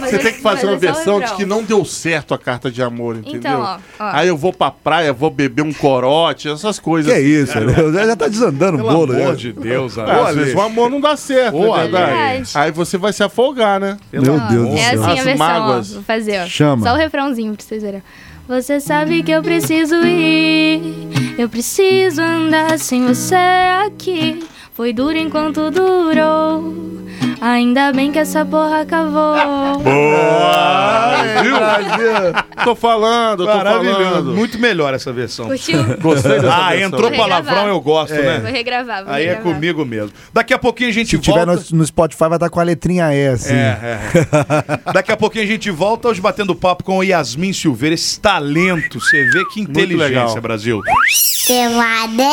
S5: Mas
S2: Você tem que fazer uma
S5: mas é só o
S2: versão de
S5: refrão.
S2: que não deu certo a carta de amor, entendeu?
S5: Então, ó, ó.
S2: Aí eu vou pra praia, vou beber um corote, essas coisas.
S4: Que é isso, né? já, já tá desandando o
S3: Pelo
S4: bolo.
S3: amor
S4: né?
S3: de Deus,
S2: Ah, às
S3: Ale.
S2: vezes o amor não dá certo,
S3: Ô,
S2: é
S3: Ale.
S2: verdade?
S5: Verdade.
S2: Aí você vai se afogar, né?
S4: Meu
S5: Ó,
S4: Deus do
S5: é
S4: céu.
S5: assim
S2: As
S5: a versão,
S2: mágoas.
S5: ó, vou fazer, ó.
S4: Chama.
S5: Só o refrãozinho pra vocês verem. Você sabe que eu preciso ir, eu preciso andar sem você aqui. Foi duro enquanto durou. Ainda bem que essa porra acabou.
S2: Tô falando, tô falando.
S3: Muito melhor essa versão.
S5: Curtiu?
S2: Gostei dessa
S3: Ah,
S2: versão.
S3: entrou
S5: Vou regravar.
S3: palavrão, eu gosto,
S5: Vou
S3: né?
S5: regravar, vou
S3: Aí é
S5: regravar.
S3: comigo mesmo. Daqui a pouquinho a gente
S4: Se
S3: volta.
S4: tiver no, no Spotify, vai estar com a letrinha E, assim.
S3: É, é. Daqui a pouquinho a gente volta hoje batendo papo com o Yasmin Silveira, esse talento. Você vê que inteligência,
S2: legal.
S3: Brasil.
S7: Peladeiros.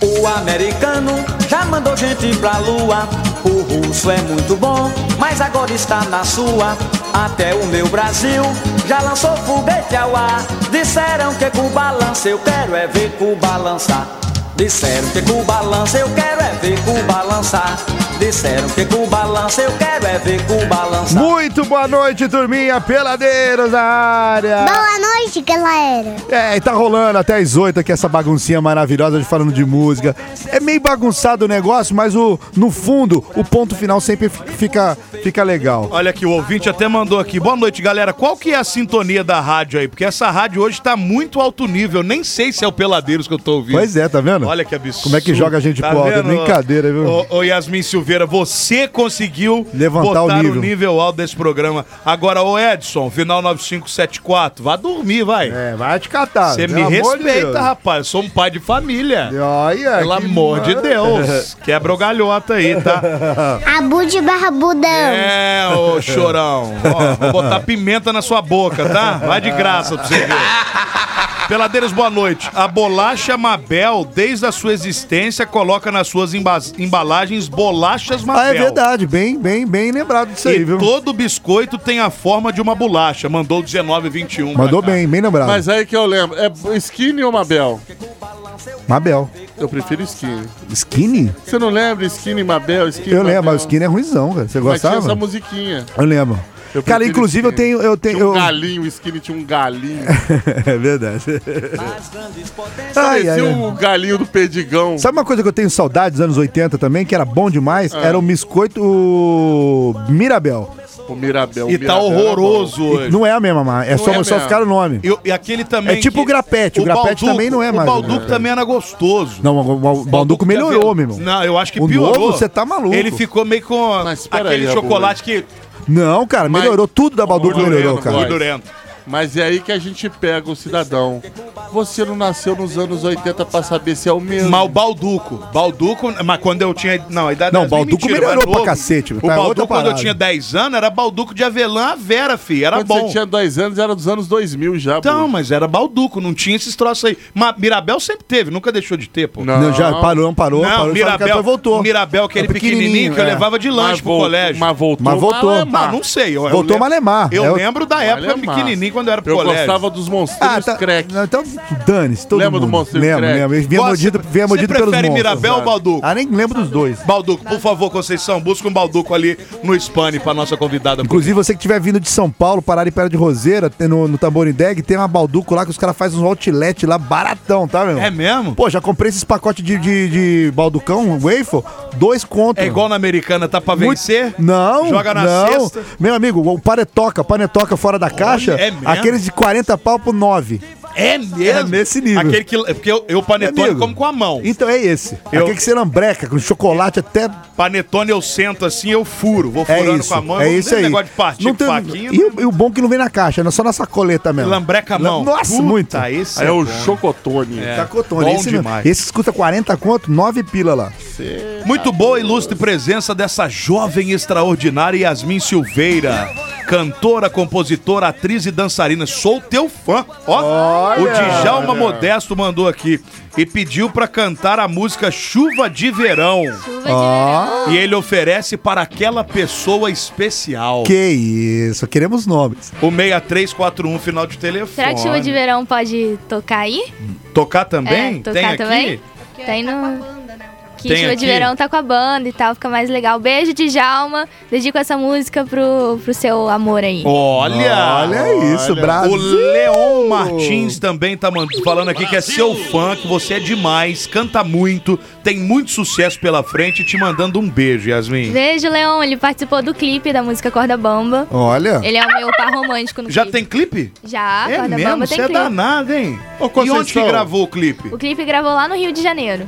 S8: O americano já mandou gente pra lua. O russo é muito bom, mas agora está na sua. Até o meu Brasil já lançou foguete ao ar. Disseram que Cuba lança, eu quero é ver Cuba lançar. Disseram que Cuba lança, eu quero é ver Cuba lançar. Disseram que Cuba lança, eu quero é ver Cuba lançar.
S4: Muito boa noite, turminha, peladeiros da área.
S7: Boa noite, galera.
S4: É, e tá rolando até as 8 aqui essa baguncinha maravilhosa de falando de música. É meio bagunçado o negócio, mas o, no fundo, o ponto final sempre fi- fica, fica legal.
S3: Olha aqui, o ouvinte até mandou aqui. Boa noite, galera. Qual que é a sintonia da rádio aí? Porque essa rádio hoje tá muito alto nível. Eu Nem sei se é o Peladeiros que eu tô ouvindo.
S4: Pois é, tá vendo?
S3: Olha que absurdo.
S4: Como é que joga a gente
S3: tá
S4: pro alto? É
S3: vendo?
S4: brincadeira, viu?
S3: Ô, ô, Yasmin Silveira, você conseguiu
S4: Levantar o
S3: botar
S4: nível.
S3: alto desse programa. Agora, ô Edson, final 9574, vá dormir, vai.
S4: É, vai te catar.
S3: Você me
S4: pelo amor de
S3: respeita,
S4: Deus.
S3: rapaz. Eu sou um pai de família.
S4: Olha,
S3: Pelo
S4: que
S3: amor de
S4: mar-
S3: Deus. Quebra o galhota aí, tá?
S7: Abude Barbudão.
S3: É, ô chorão. Ó, vou botar pimenta na sua boca, tá? Vai de graça pra você ver. Peladeiros, boa noite. A bolacha Mabel, desde a sua existência, coloca nas suas emba- embalagens bolachas Mabel.
S4: Ah, é verdade. Bem, bem, bem lembrado disso aí,
S3: E
S4: viu?
S3: todo biscoito tem a forma de uma bolacha. Mandou 1921.
S4: Mandou bem, bem lembrado.
S2: Mas aí que eu lembro. É skinny ou Mabel?
S4: Mabel.
S2: Eu prefiro skinny.
S4: Skinny?
S2: Você não lembra skinny Mabel? Skinny
S4: Eu lembro,
S2: Mabel?
S4: mas Skinny é ruimzão, cara. Você
S2: Mas tinha
S4: gostava?
S2: essa musiquinha.
S4: Eu lembro.
S2: Eu
S4: cara,
S2: prefiro
S4: inclusive eu
S2: skinny.
S4: tenho. Eu tenho
S2: Tinha um
S4: eu-
S2: galinho, o skinny tinha um galinho.
S4: é verdade. Ai, ai,
S2: Parecia um-
S4: ai.
S2: o galinho do Pedigão.
S4: Sabe uma coisa que eu tenho saudade dos anos 80 também, que era bom demais? Era o biscoito o Mirabel.
S2: O Mirabel. o
S3: E tá
S2: Mirabel era
S3: horroroso
S2: bom.
S3: hoje.
S4: Não é a mesma, marca. É só,
S2: é
S4: só
S2: mesmo.
S4: ficar o nome.
S3: E, o- e aquele também.
S4: É tipo
S3: que-
S4: o grapete, o grapete também não é mais,
S3: O Balduco
S4: né?
S3: também era gostoso.
S4: Não, o, o, o Balduco
S3: já veio-
S4: melhorou, meu irmão.
S3: tá Não, eu acho que
S4: O
S3: piorou.
S4: novo, você tá maluco.
S3: Ele ficou meio com
S2: Mas espera
S3: aquele
S2: aí,
S3: chocolate que.
S4: Não, cara,
S2: Mas-
S4: melhorou. Tudo da Balduco
S2: Gordurento,
S4: melhorou, cara.
S2: gordurento.
S3: Gordurento.
S2: Mas é aí que a gente pega o cidadão. Você não nasceu nos anos 80 pra saber se é o mesmo.
S3: Mas o Balduco. Balduco, mas quando eu tinha. Não, a idade
S4: Não,
S3: das
S4: Balduco
S3: meninas, eu era
S4: melhorou pra
S3: novo.
S4: cacete, tá?
S3: O
S4: É outra
S3: Balduco, quando eu
S4: parada.
S3: tinha 10 anos, era Balduco de avelã à Vera, fi. Era
S2: Quando
S3: tá bom.
S2: você tinha 10 anos, era dos anos 2000 já.
S3: Então,
S2: pô.
S3: mas era Balduco, não tinha esses troços aí. Mas Mirabel sempre teve, nunca deixou de ter, pô.
S4: Não, já parou, não parou,
S3: Não,
S4: parou.
S3: Mirabel,
S4: depois voltou.
S3: Mirabel, aquele
S4: É
S3: pequenininho que eu
S4: é.
S3: levava de lanche
S2: Mas
S3: pro
S2: vol-
S3: colégio.
S2: Mas é voltou.
S4: Mas voltou. Tá,
S2: pra
S3: Mas
S2: Lemar.
S3: Ah, não sei. Eu, eu
S4: Voltou
S3: lembro-
S4: Malemar.
S3: Eu
S4: É o-
S3: lembro da época
S2: Lemar.
S3: pequenininho, quando eu era pro
S2: Eu
S3: colégio.
S2: gostava dos monstros
S4: Ah, tá.
S2: crack.
S4: Não, Então, dane-se, todo
S2: Lembra do
S4: mundo.
S2: Monstro
S4: Lembro,
S2: Crack?
S4: lembro. Ele Vinha
S3: Gosta-
S4: mordido, vinha
S3: Você
S4: mordido pelos
S3: prefere
S4: monstros.
S3: Mirabel ou Balduco?
S4: Ah, nem lembro dos dois.
S3: Balduco, por favor, Conceição, busca um Balduco ali no Spani pra nossa convidada.
S4: Inclusive, você que estiver vindo de São Paulo, parar em Pedra de Roseira, tem no, no Tamborindeg, tem uma balduco lá que os caras fazem uns outlet lá baratão, tá, meu?
S3: É mesmo?
S4: Pô, já comprei esses pacotes de, de, de balducão, waffle, dois conto.
S3: É igual na americana, tá pra vencer?
S4: Não,
S3: Joga na
S4: não.
S3: sexta.
S4: Meu amigo, o panetoca, panetoca fora da caixa,
S3: é mesmo?
S4: aqueles de 40 pau por 9.
S3: É mesmo?
S4: É nesse nível.
S3: Aquele que, é porque eu, eu panetone
S4: Amigo.
S3: como com a mão.
S4: Então é esse.
S3: Eu-
S4: Aquele que você lambreca, com chocolate até...
S3: Panetone eu sento assim, eu furo. Vou
S4: É
S3: furando
S4: isso,
S3: com a mão.
S4: é
S3: não
S4: isso
S3: tem
S4: aí.
S3: negócio de partir
S4: Não
S3: com
S4: tem-
S3: faquinha.
S4: e, o, e o bom que não vem na caixa, não é só na sacoleta mesmo.
S3: Lambreca a mão.
S4: Nossa,
S3: Puta,
S4: muito.
S3: Esse
S2: Aí
S3: é
S2: é o
S3: bom.
S2: Chocotone.
S3: É.
S4: Cacotone,
S3: Bom
S4: esse,
S3: demais.
S4: demais. esse escuta 40 conto, 9 pila lá.
S3: Muito boa, ilustre presença dessa jovem extraordinária Yasmin Silveira. Cantora, compositora, atriz e dançarina. Sou teu fã. Ó, o Djalma Modesto mandou aqui e pediu pra cantar a música Chuva de Verão.
S5: Chuva de verão.
S3: E ele oferece para aquela pessoa especial.
S4: Que isso, queremos nomes.
S3: O 6341 final de telefone.
S5: Será que chuva de verão pode tocar aí?
S3: Tocar também?
S5: É, tocar
S3: Tem aqui?
S5: também? Tem
S3: tá
S5: no...
S3: né?
S5: Que
S3: Tem
S5: chuva
S3: aqui?
S5: de verão tá com a banda e tal, fica mais legal. Beijo, Djalma. Dedico essa música pro, pro seu amor aí.
S3: Ah, Olha!
S4: Olha isso, Brasil.
S3: O Leon Martins também tá man- falando aqui que é seu fã, que você é demais, canta muito, tem muito sucesso pela frente, te mandando um beijo, Yasmin.
S5: Beijo, Leon. Ele participou do clipe da música Corda Bamba.
S4: Olha.
S5: Ele é o meu par romântico no
S3: Já
S5: clipe.
S3: tem clipe?
S5: Já,
S3: é
S5: Corda
S3: mesmo,
S5: Bamba tá tem
S3: você é
S5: clipe.
S3: danado, hein?
S2: Ô,
S3: e onde que
S2: Conceição.
S3: gravou o clipe?
S5: O clipe gravou lá no Rio de Janeiro.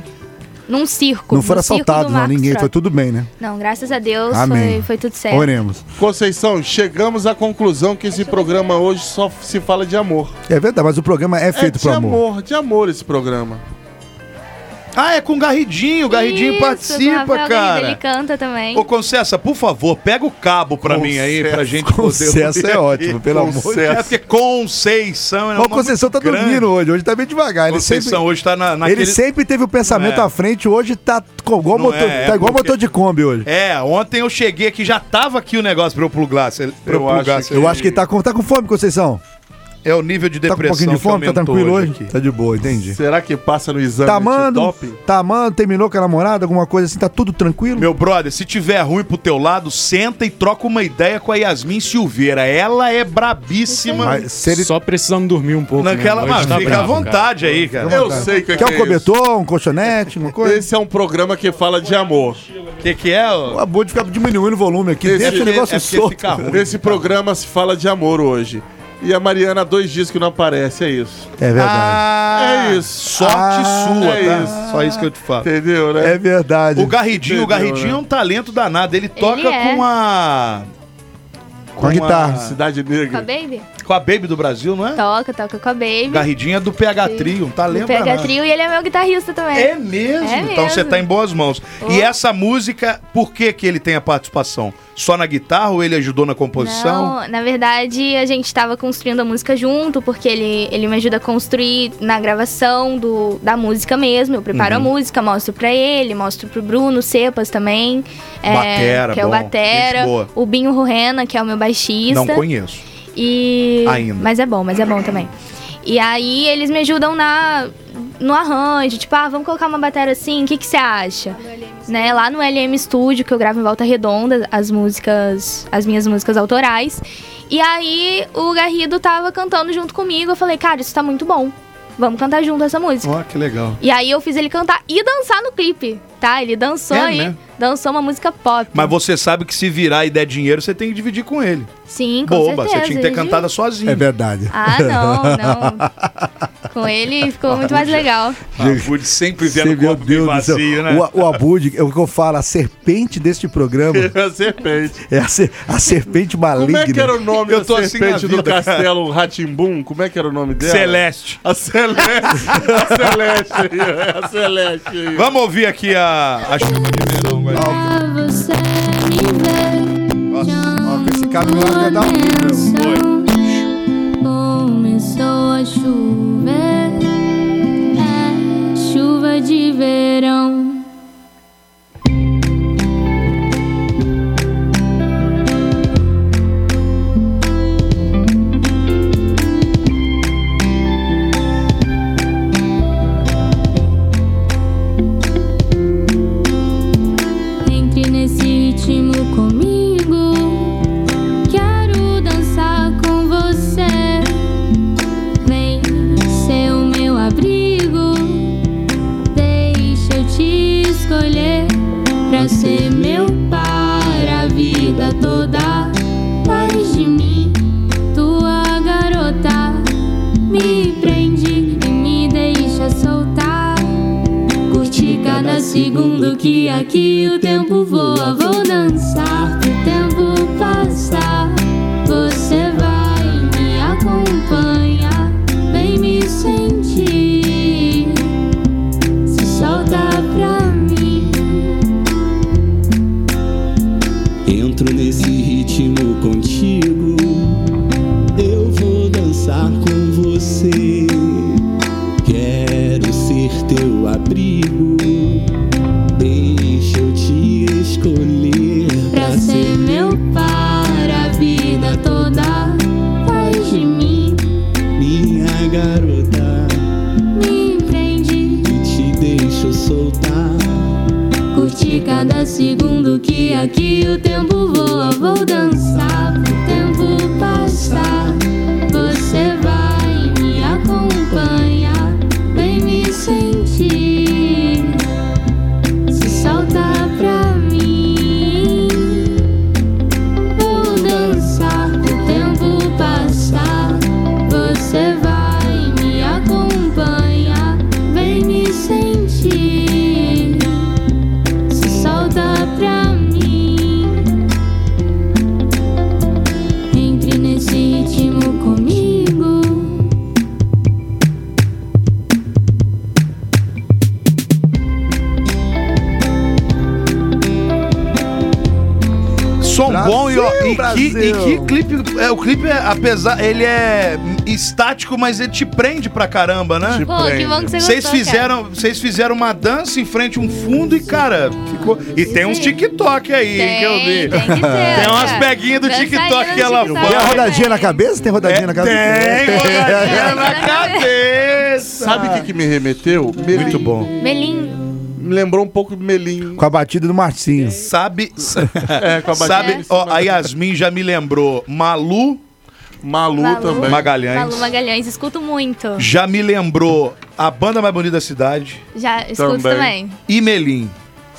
S5: num circo.
S4: Não foram
S5: no circo do
S4: assaltados, não,
S5: Marcos
S4: ninguém. Foi
S5: Frota.
S4: tudo bem, né?
S5: Não, graças a Deus
S4: Amém.
S5: foi, foi tudo certo.
S4: Oremos.
S2: Conceição, chegamos à conclusão que esse programa hoje só se fala de amor.
S4: É verdade, mas o programa é feito
S2: é de
S4: pro amor.
S2: amor, de amor esse programa.
S3: Ah, é com o Garridinho. O Garridinho
S5: Isso, com o
S3: participa,
S5: Rafael Garrido,
S3: cara.
S5: Ele canta também.
S3: Ô, Concessa, por favor, pega o cabo pra mim aí, pra gente poder...
S4: Concesso é ótimo, pelo amor de
S3: Concessa. É porque Conceição é
S4: Ó,
S3: um
S4: o Conceição tá
S3: nome grande.
S4: dormindo hoje, hoje tá bem devagar. Ele
S3: Conceição
S4: sempre,
S3: hoje tá na, naquele...
S4: ele sempre teve o pensamento
S3: Não é.
S4: à frente, hoje tá com- igual,
S3: Não
S4: motor,
S3: é, é
S4: tá igual
S3: porque-
S4: motor de Kombi hoje.
S3: É, ontem eu cheguei aqui, já tava aqui o negócio pra eu plugar. Cê, pra eu
S2: Eu acho
S3: plugar,
S2: que-
S3: cê-
S4: Eu acho que tá com, tá com fome, Conceição.
S3: É o nível de
S4: Tá com um
S3: depressão
S4: pouquinho de fome,
S3: que
S4: tá
S3: aumentou
S4: tranquilo hoje?
S3: aqui.
S4: Tá de boa, entendi.
S2: Será que passa no exame
S4: Tá amando,
S2: antidoping?
S4: tá amando, terminou com a namorada, alguma coisa assim, tá tudo tranquilo?
S3: Meu brother, se tiver ruim pro teu lado, senta e troca uma ideia com a Yasmin Silveira. Ela é brabíssima.
S4: Mas se ele...
S9: Só precisando dormir um pouco.
S3: Naquela,
S9: mesmo.
S3: mas
S9: Hoje tá
S3: fica à
S9: bravo,
S3: vontade aí, cara.
S2: Eu sei que
S4: Quer
S2: que
S4: um
S2: é
S4: cobertor, um colchonete, uma coisa?
S2: Esse é um programa que fala de amor.
S3: O que, que é? ó?
S4: Acabou de ficar diminuindo o volume aqui,
S2: Esse-
S4: deixa o negócio
S3: é porque
S4: solto.
S3: fica ruim.
S2: Esse programa se fala de amor hoje. E a Mariana há dois dias que não aparece, é isso.
S4: É verdade.
S3: Ah,
S2: É isso.
S3: Sorte
S4: Ah,
S3: sua,
S2: é
S3: tá?
S2: isso.
S3: Só isso que eu te falo.
S2: Entendeu, né?
S4: É verdade.
S3: O Garridinho, o
S2: Entendeu,
S3: Garridinho
S2: né?
S3: é um talento danado. Ele toca
S5: é.
S3: com a.
S4: Com a guitarra.
S2: Cidade
S5: Com a
S2: Negra.
S5: Baby?
S3: Com a Baby do Brasil, não é?
S5: Toca, toca com a Baby.
S3: Garridinho é do PH Trio, um talento
S5: do PH
S3: danado.
S5: Trio e ele é meu guitarrista também.
S3: É mesmo?
S5: É
S3: então você
S5: mesmo.
S3: tá em boas mãos.
S5: Oh.
S3: E essa música, por que que ele tem a participação? Só na guitarra ou ele ajudou na composição?
S5: Não, na verdade, a gente estava construindo a música junto, porque ele, ele me ajuda a construir na gravação do, da música mesmo. Eu preparo
S3: Uhum.
S5: a música, mostro pra ele, mostro pro Bruno Cepas também. é,
S3: Batera,
S5: que é o
S3: bom, gente
S5: Batera.
S3: boa.
S5: O Binho Rorena, que é o meu baixista.
S3: Não conheço.
S5: E...
S3: Ainda.
S5: Mas é bom, mas é bom também. E aí eles me ajudam na no arranjo, tipo, ah, vamos colocar uma bateria assim, o que que você acha? Né, lá no LM Studio, que eu gravo em Volta Redonda, as músicas, as minhas músicas autorais. E aí o Garrido tava cantando junto comigo, eu falei, cara, isso tá muito bom. Vamos cantar junto essa música.
S3: Ó, que legal.
S5: E aí eu fiz ele cantar e dançar no clipe, tá? Ele dançou
S3: É,
S5: aí,
S3: né?
S5: dançou uma música pop.
S3: Mas você sabe que se virar e der dinheiro, você tem que dividir com ele.
S5: Sim, com
S3: Boba,
S5: certeza.
S3: você tinha que ter
S5: ele-
S3: cantado sozinho.
S4: É verdade.
S5: Ah, não, não. Com ele ficou muito mais legal.
S3: O Woody Ah, sempre vê é, no
S4: Você, meu
S3: corpo bem
S4: Deus do céu.
S3: vazio, né?
S4: O, o Abud, é o que eu falo, a serpente deste programa
S2: A serpente.
S4: é a, ser- a serpente
S2: Como
S4: maligna.
S2: é que era o nome
S3: Eu
S2: da
S3: tô assim na
S2: serpente do
S3: vida, cara.
S2: castelo Ratimbum? Como é que era o nome dela?
S3: Celeste.
S2: A Celeste. a Celeste aí. A Celeste aí.
S3: Vamos ouvir aqui a... a...
S7: Você me
S4: Ó, com esse cabelo lá vai dar um...
S7: Começou a chover, é chuva de verão. Entre nesse ritmo comigo. Quero dançar com você. Vem ser o meu abrigo. Deixa eu te escolher pra ser meu para a vida toda. Faz de mim tua garota. Me prende e me deixa soltar. Curti cada segundo que aqui o tempo voa. Vou dançar pro tempo passar. Você vai me acompanhar, vem me sentir. Se solta pra mim.
S10: Entro nesse ritmo contigo. Eu vou dançar com você. Quero ser teu abrigo. Deixa eu te escolher
S7: pra ser meu para a vida toda. Faz de mim,
S10: minha garota.
S7: me prende.
S10: E te deixo soltar.
S7: Curti cada segundo que aqui o tempo voa. Vou dançar pro tempo passar. Você vai me acompanhar, vem me sentir. Se solta pra mim. Vou dançar pro tempo passar. Você vai me acompanhar, vem me sentir.
S3: E que, e que clipe. É, o clipe, é, apesar. Ele é estático, mas ele te prende pra caramba, né?
S5: Pô, que bom que você
S3: Vocês
S5: gostou, cara.
S3: fizeram, vocês fizeram uma dança em frente a um fundo e, cara, ficou. E tem uns TikTok aí, hein, que eu vi.
S5: Tem, tem que ter.
S3: Tem umas
S5: cara.
S3: peguinhas do
S5: Dançarina
S3: TikTok
S5: do
S3: que ela
S5: TikTok,
S4: Tem a
S5: né,
S4: rodadinha na
S5: velho?
S4: cabeça? Tem rodadinha na cabeça?
S3: Tem, rodadinha na cabeça.
S2: Sabe o que, que me remeteu? Melim.
S3: Muito bom.
S5: Melim.
S2: Me lembrou um pouco de Melim.
S4: Com a batida do Marcinho.
S3: Sabe.
S2: É, com a batida em
S3: Sabe.
S2: cima
S3: Ó,
S2: da-
S3: a Yasmin já me lembrou. Malu
S2: Malu,
S5: Malu.
S2: Uh, também.
S5: Malu
S3: Magalhães.
S5: Magalhães, escuto muito.
S3: Já me lembrou a banda mais bonita da cidade.
S5: Já escuto
S2: Também.
S5: também.
S3: E Melim.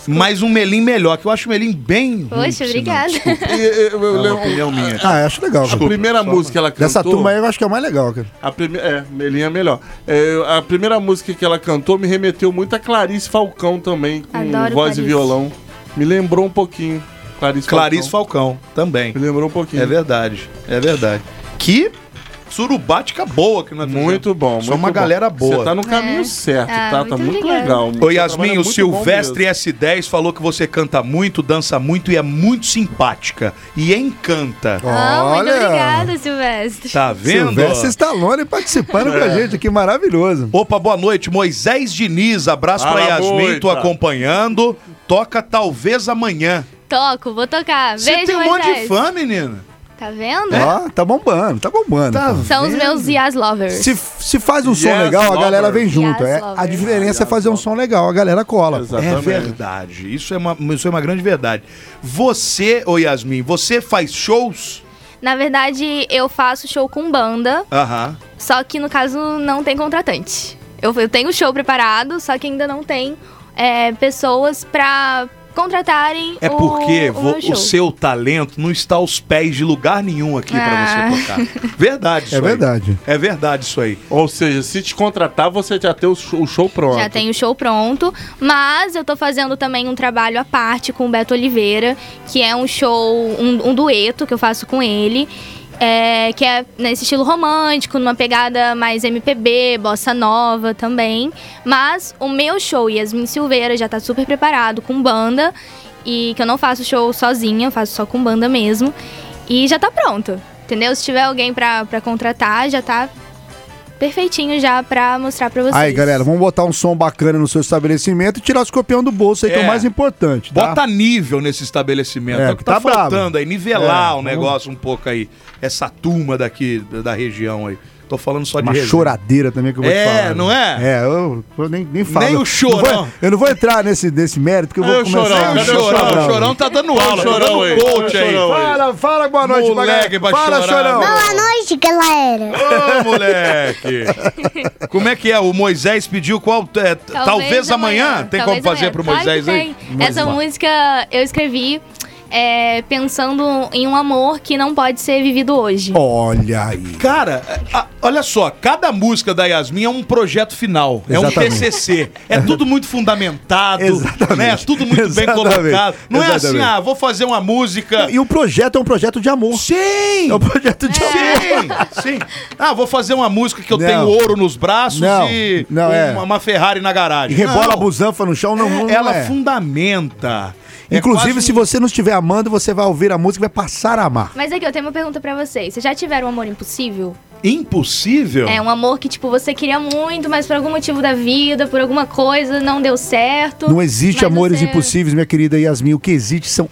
S3: Mas um Melim melhor, que eu acho o Melim bem. ruim,
S5: Poxa,
S3: por
S5: obrigada.
S3: sinal.
S2: E, e, eu
S3: É uma
S2: lembro-
S3: opinião minha.
S4: Ah, eu acho legal.
S2: a
S4: Cara.
S2: primeira música que ela cantou.
S4: Dessa turma aí eu acho que é o mais legal, cara.
S2: A prime... É, Melim é melhor. É, a primeira música que ela cantou me remeteu muito a Clarice Falcão também, com
S5: Adoro
S2: voz e
S5: Clarice.
S2: violão. Me lembrou um pouquinho. Clarice,
S3: Clarice
S2: Falcão.
S3: Falcão também.
S2: Me lembrou um pouquinho.
S3: É verdade, é verdade. Que surubática boa que nós fizemos.
S2: Muito bom.
S3: Só
S2: muito
S3: uma
S2: bom.
S3: galera
S2: Você
S3: boa.
S2: tá no caminho
S5: É.
S2: certo,
S5: Ah,
S2: tá? Tá
S5: muito
S2: muito
S5: obrigada.
S2: legal.
S3: Ô Yasmin,
S2: trabalho
S3: o
S2: muito bom
S3: Silvestre
S2: mesmo.
S3: S10 falou que você canta muito, dança muito e é muito simpática. E encanta.
S5: Ah, muito
S4: Olha!
S5: obrigada, Silvestre.
S3: Tá vendo?
S4: Silvestre Stallone participando com a gente aqui, maravilhoso.
S3: Opa, boa noite. Moisés Diniz, abraço pra
S2: Fala,
S3: Yasmin, tô
S2: moita.
S3: acompanhando. Toca talvez amanhã.
S5: Toco, vou tocar.
S3: Você
S5: Beijo,
S3: tem um monte de
S5: Moisés.
S3: fã, menina.
S5: Tá vendo?
S4: Ó, tá bombando, tá bombando.
S3: Tá
S5: São os meus Yas Lovers.
S4: Se, se faz um
S2: Yes,
S4: som legal, a
S2: lover.
S4: galera vem junto.
S5: Yes,
S4: é, a
S5: lover.
S4: diferença é fazer um som legal, a galera cola.
S3: É
S2: Exatamente.
S3: verdade. Isso é, uma, isso é uma grande verdade. Você, ô Yasmin, você faz shows?
S5: Na verdade, eu faço show com banda,
S3: Aham.
S5: só que no caso não tem contratante. Eu, eu tenho o show preparado, só que ainda não tem é, pessoas pra contratarem
S3: É
S5: o-
S3: porque
S5: o,
S3: vo-
S5: meu show.
S3: o seu talento não está aos pés de lugar nenhum aqui pra
S5: Ah.
S3: você tocar. Verdade isso
S4: É
S3: aí.
S4: verdade. Tá.
S3: É verdade isso aí.
S2: Ou seja, se te contratar, você já tem o show, o show pronto.
S5: Já tem o show pronto, mas eu tô fazendo também um trabalho à parte com o Beto Oliveira, que é um show, um, um dueto que eu faço com ele, é, que é nesse estilo romântico, numa pegada mais MPB, bossa nova também. Mas o meu show, Yasmin Silveira, já tá super preparado com banda, e que eu não faço show sozinha, eu faço só com banda mesmo, e já tá pronto. Entendeu? Se tiver alguém pra, pra contratar, já tá perfeitinho já pra mostrar pra vocês.
S4: Aí, galera, vamos botar um som bacana no seu estabelecimento e tirar o escorpião do bolso aí, que é
S3: É.
S4: o mais importante. Tá?
S3: Bota nível nesse estabelecimento.
S4: É,
S3: É, o que
S4: que
S3: tá,
S4: tá brabo.
S3: faltando aí. Nivelar
S4: É,
S3: o negócio um pouco aí. Essa turma daqui da região aí. Tô falando só de
S4: Uma
S3: resenha.
S4: choradeira também que eu vou
S3: É,
S4: te falar.
S3: não é?
S4: É, eu, eu nem, nem falo.
S3: Nem o
S4: Eu não
S3: chorão.
S4: vou- eu não vou entrar nesse, nesse mérito, que eu vou
S2: Olha o
S4: começar...
S2: chorão,
S4: a-
S3: Aí o
S2: Cadê
S3: chorão,
S2: Chorão?
S3: o chorão tá dando
S2: Olha o
S3: aula,
S2: chorão
S3: tá
S2: aí,
S3: dando coach
S2: olha o
S3: aí.
S2: chorão aí.
S4: Fala, fala boa noite,
S3: Moleque pra
S4: galera. Fala,
S3: chorar.
S4: chorão.
S9: noite, galera.
S3: Ô, moleque! Como é que é? O Moisés pediu qual. é, t- talvez, amanhã. Tem
S5: Talvez
S3: como fazer
S5: amanhã.
S3: pro
S5: Claro
S3: Moisés
S5: que
S3: aí?
S5: tem. Essa música eu escrevi é, pensando em um amor que não pode ser vivido hoje.
S4: Olha aí.
S3: Cara, a- olha só, cada música da Yasmin é um projeto final, é um
S4: Exatamente.
S3: TCC. É tudo muito fundamentado,
S4: Exatamente.
S3: né? É tudo muito bem
S4: Exatamente.
S3: colocado. Não é assim,
S4: Exatamente.
S3: ah, vou fazer uma música.
S4: E o projeto é um projeto de amor.
S3: Sim!
S4: É um projeto de amor.
S3: Sim, sim. Ah, vou fazer uma música que eu
S4: Não.
S3: tenho ouro nos braços
S4: Não,
S3: e
S4: não,
S3: uma,
S4: é.
S3: uma Ferrari na
S4: E
S3: garagem.
S4: rebola a
S3: Não.
S4: busanfa no chão, não, não
S3: ela
S4: é.
S3: fundamenta. É
S4: Inclusive,
S3: quase um-
S4: se você não estiver amando, você vai ouvir a música e vai passar a amar.
S5: Mas aqui, eu tenho uma pergunta pra vocês. Vocês já tiveram um amor impossível?
S3: Impossível?
S5: É, um amor que, tipo, você queria muito, mas por algum motivo da vida, por alguma coisa, não deu certo.
S4: Não existe
S5: Mas
S4: amores
S5: você-
S4: impossíveis, minha querida Yasmin. O que existe são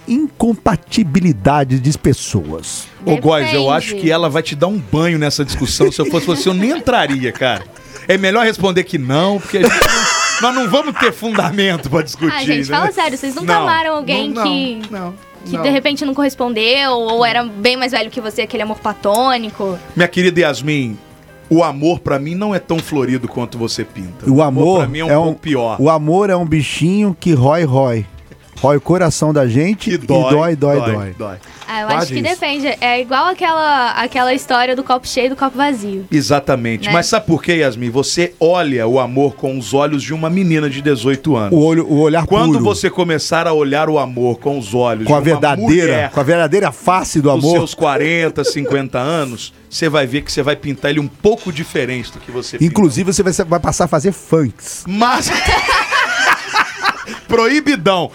S4: incompatibilidades de pessoas.
S3: Ô, é Góis, eu
S5: Depende.
S3: acho que ela vai te dar um banho nessa discussão. Se eu fosse você, eu nem entraria, cara. É melhor responder que não, porque a gente não- nós não vamos ter fundamento pra discutir.
S5: Ah, gente,
S3: né?
S5: fala sério, vocês nunca
S3: Não,
S5: amaram alguém
S3: não,
S5: que-
S3: Não,
S5: Que
S3: não.
S5: de repente não correspondeu, ou era bem mais velho que você, aquele amor platônico.
S3: Minha querida Yasmin, o amor pra mim não é tão florido quanto você pinta.
S4: O amor
S3: pra mim é um, pouco pior.
S4: O amor é um bichinho que rói, rói. Rói o coração da gente
S3: Que dói,
S4: e dói, dói, dói.
S5: Ah, eu
S3: Quase
S5: acho que
S3: isso.
S5: depende. É igual aquela, aquela história do copo cheio e do copo vazio.
S3: Exatamente.
S5: Né?
S3: Mas sabe por quê, Yasmin? Você olha o amor com os olhos de uma menina de 18 anos.
S4: O, olho, o olhar
S3: Quando
S4: puro,
S3: você começar a olhar o amor com os olhos
S4: com a
S3: de uma
S4: verdadeira,
S3: mulher
S4: com a verdadeira face do
S3: dos
S4: amor,
S3: seus 40, 50 anos, você vai ver que você vai pintar ele um pouco diferente do que você pinta.
S4: inclusive você vai, ser- vai passar a fazer funks.
S3: Mas. Proibidão.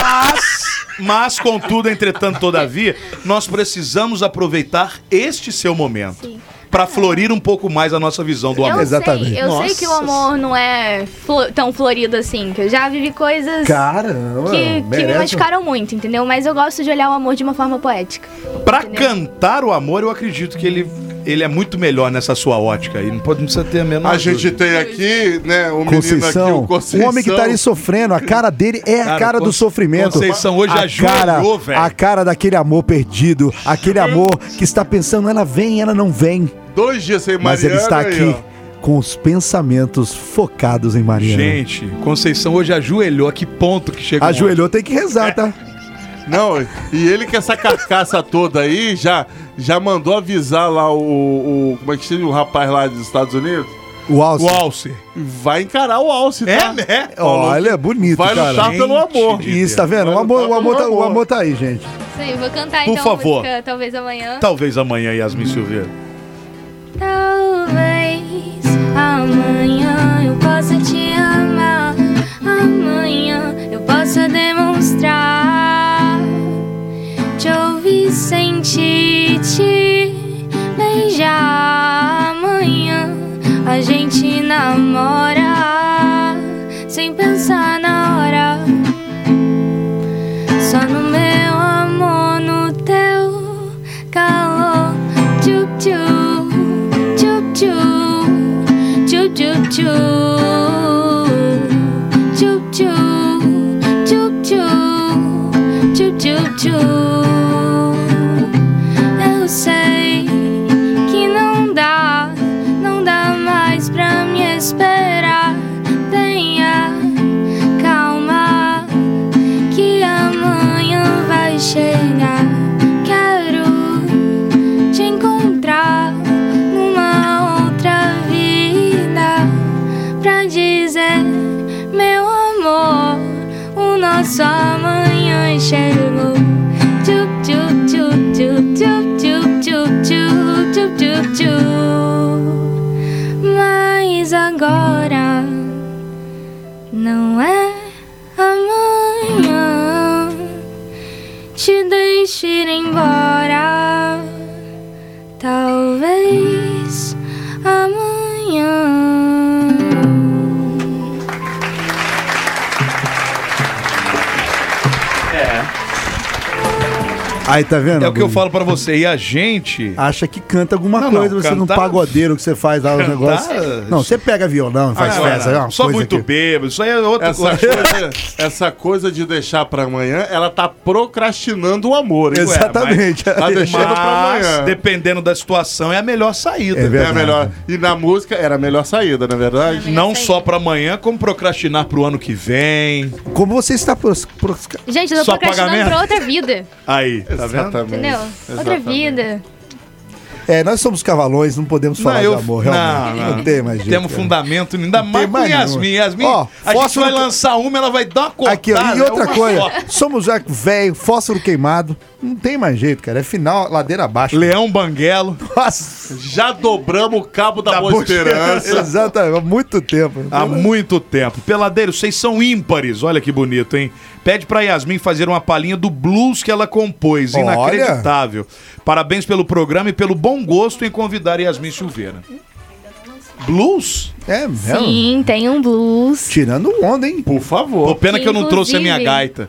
S3: Mas. Mas, contudo, entretanto, todavia, nós precisamos aproveitar este seu momento para florir um pouco mais a nossa visão do
S5: Eu
S3: amor.
S5: sei, eu sei que o amor não é flo- tão florido assim, que eu já vivi coisas
S4: Caramba,
S5: que, que me
S4: merece.
S5: machucaram muito, entendeu? Mas eu gosto de olhar o amor de uma forma poética.
S3: Pra cantar o amor, eu acredito que ele, ele é muito melhor nessa sua ótica aí. Não pode não precisa ter a menor
S2: A gente
S3: dúvida.
S2: tem aqui, né, o menino aqui,
S4: Conceição,
S2: o Conceição.
S4: o homem que tá ali sofrendo, a cara dele é a
S3: Cara,
S4: cara do
S3: Con-
S4: sofrimento.
S3: Conceição hoje
S4: a
S3: ajoelhou,
S4: cara,
S3: velho.
S4: A cara daquele amor perdido, aquele amor que está pensando, ela vem, ela não vem.
S2: Dois dias sem
S4: Mas
S2: Mariana
S4: ele está
S2: aí,
S4: aqui
S2: ó.
S4: com os pensamentos focados em Mariana.
S3: Gente, Conceição hoje ajoelhou. A que ponto que chegou?
S4: Ajoelhou, tem que rezar, tá?
S2: É. Não, e ele com essa carcaça toda aí já, já mandou avisar lá o, o- Como é que chama o rapaz lá dos Estados Unidos?
S4: O Alce.
S3: O Alce.
S2: Vai encarar o Alce, tá?
S3: É, né?
S4: Olha, é bonito,
S2: Vai
S4: cara.
S2: lutar pelo amor.
S3: Gente.
S4: Isso, tá vendo? O amor, o, amor tá, o amor tá aí, gente.
S5: Sim, vou cantar
S3: Por
S5: então
S3: favor.
S5: a música, talvez amanhã.
S3: Talvez amanhã, Yasmin Silveira.
S5: Talvez amanhã eu possa te amar. Amanhã eu possa demonstrar. Te ouvir, sentir, te beijar. Amanhã a gente namora. Sem pensar na hora. Só no meu amor, no teu calor. Tchup, tchup, tchup, tchup, tchup, tchup, tchup, tchup, tchup, tchup, tchup, tchup, tchup, tchup. Eu sei que não dá, não dá mais pra me esperar. Tenha calma que amanhã vai chegar. Quero te encontrar numa outra vida pra dizer, meu amor, o nosso amanhã chegou. Tchup, tchup, tchup, tchup, tchup, tchup, tchup, tchup, tchup, tchup, tchup. Mas agora não é amanhã. Te deixe ir embora. Talvez amanhã.
S4: Aí, tá vendo?
S3: É o que eu
S4: Bruno?
S3: falo pra você. E a gente.
S4: Acha que canta alguma
S3: Não, não,
S4: coisa, você não
S3: cantar-
S4: pagodeiro que você faz lá o
S3: Cantar- é
S4: negócio. Não, você pega violão, faz
S3: Agora,
S4: festa. é uma
S3: só
S4: coisa
S3: muito
S4: que-
S3: bêbado. Isso aí é outra
S2: Essa coisa, essa coisa de deixar pra amanhã, ela tá procrastinando o amor, hein?
S3: Exato.
S4: Exatamente.
S2: Tá deixando pra
S3: Mas,
S2: amanhã.
S3: dependendo da situação, é a melhor saída.
S4: É
S2: É
S4: verdade.
S2: melhor. E na música era a melhor saída, na verdade.
S3: Não só pra amanhã, como procrastinar pro ano que vem.
S4: Como você está pros- pros-
S5: Gente,
S3: eu
S5: eu
S3: tô
S5: tô
S3: Só procrastinando
S5: procrastinando
S3: pagamento? pra
S5: pra outra vida,
S3: Aí, tá vendo?
S5: entendeu? Outra vida.
S4: É, nós somos cavalões, não podemos falar
S3: eu-
S4: de amor, realmente. Não, tem mais jeito.
S3: Temos
S4: né?
S3: fundamento, ainda mais
S4: tem
S3: com
S4: mais
S3: Yasmin.
S4: nenhum.
S3: Yasmin,
S4: Ó,
S3: a gente
S4: fósforo-
S3: vai lançar uma, ela vai dar uma cortada.
S4: Aqui, ó, e
S3: é
S4: outra
S3: uma
S4: coisa,
S3: só.
S4: somos já velho, fósforo queimado, não tem mais jeito, cara. É final, ladeira abaixo.
S3: Leão Banguelo.
S4: Nossa,
S2: Já dobramos o cabo da,
S3: Da
S2: Boa
S3: Boa
S2: Esperança.
S4: exatamente, há muito tempo.
S3: Tá Há muito tempo. Peladeiro, vocês são ímpares. Olha que bonito, hein? Pede pra Yasmin fazer uma palhinha do blues que ela compôs.
S4: Olha.
S3: Inacreditável. Parabéns pelo programa e pelo bom gosto em convidar Yasmin Silveira. Blues?
S4: É mesmo?
S5: Sim, tem um blues.
S4: Tirando onda, hein?
S2: Por
S3: Pô,
S2: favor.
S3: pena que eu não trouxe a minha
S5: Inclusive-
S3: gaita.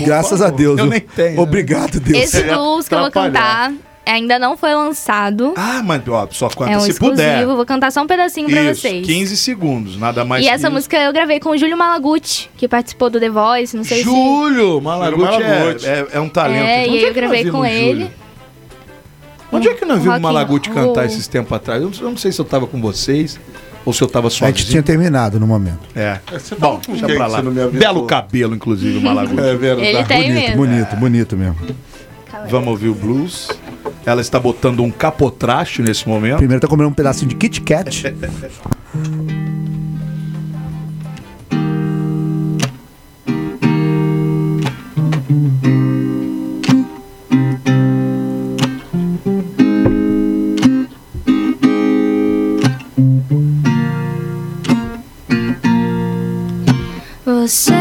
S4: Graças a Deus.
S3: Eu
S4: viu?
S3: nem tenho. né?
S4: Obrigado, Deus.
S5: Esse blues que eu vou cantar ainda não foi lançado.
S3: Ah, mas ó, só quando
S5: é um
S3: se
S5: exclusivo,
S3: puder.
S5: vou cantar só um pedacinho pra
S3: Isso,
S5: vocês.
S3: 15 segundos, nada mais
S5: E
S3: que
S5: essa
S3: isso.
S5: música eu gravei com o Júlio Malaguti, que participou do The Voice, não sei se.
S3: Júlio Malaguti
S2: Júlio Malaguti.
S3: é, é, é um talento.
S5: É, e
S3: Onde
S5: aí eu
S3: que nós
S5: gravei
S3: vimos
S5: com
S3: o Júlio?
S5: ele.
S3: Onde é que nós
S5: Um
S3: vimos o
S5: rock
S3: Malaguti
S5: and
S3: cantar
S5: roll.
S3: esses tempos atrás? Eu não, eu não sei se eu tava com vocês ou se eu tava
S4: A gente
S3: sozinho.
S4: tinha terminado no momento.
S3: É.
S2: Você tá
S3: Bom,
S2: com
S3: deixa
S2: quem
S3: pra
S2: que
S3: lá.
S2: você não me avisou?
S3: Belo cabelo, inclusive, o Malaguti.
S2: É verdade.
S3: tá
S5: Ele tá- tem
S4: bonito,
S5: mesmo.
S4: bonito, bonito mesmo.
S3: Vamos ouvir o blues. Ela está botando um capotraste nesse momento.
S4: Primeiro tá comendo um pedacinho de Kit Kat.
S5: Você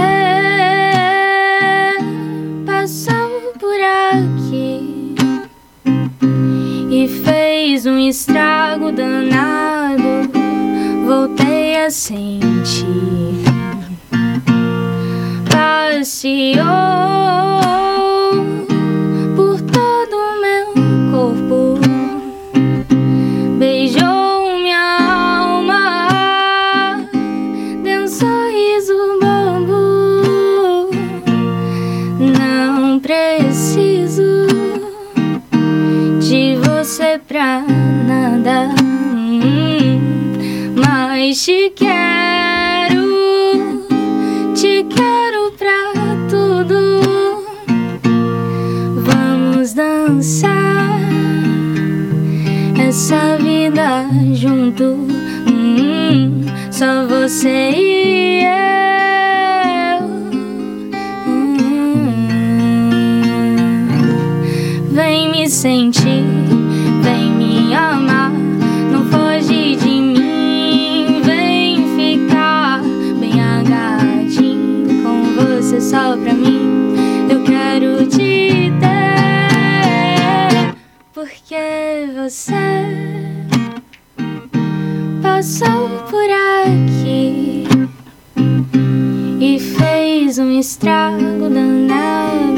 S5: frio um danado, voltei a sentir. Passeou por todo o meu corpo, beijou minha alma, deu um sorriso bobo. Não preciso de você pra nada, hum, mas te quero, te quero pra tudo. Vamos dançar essa vida junto, hum, só você e eu. Hum. Vem me sentir, vem me amar. Não foge de mim, vem ficar bem agarradinho com você só pra mim. Eu quero te ter, porque você passou por aqui e fez um estrago danado.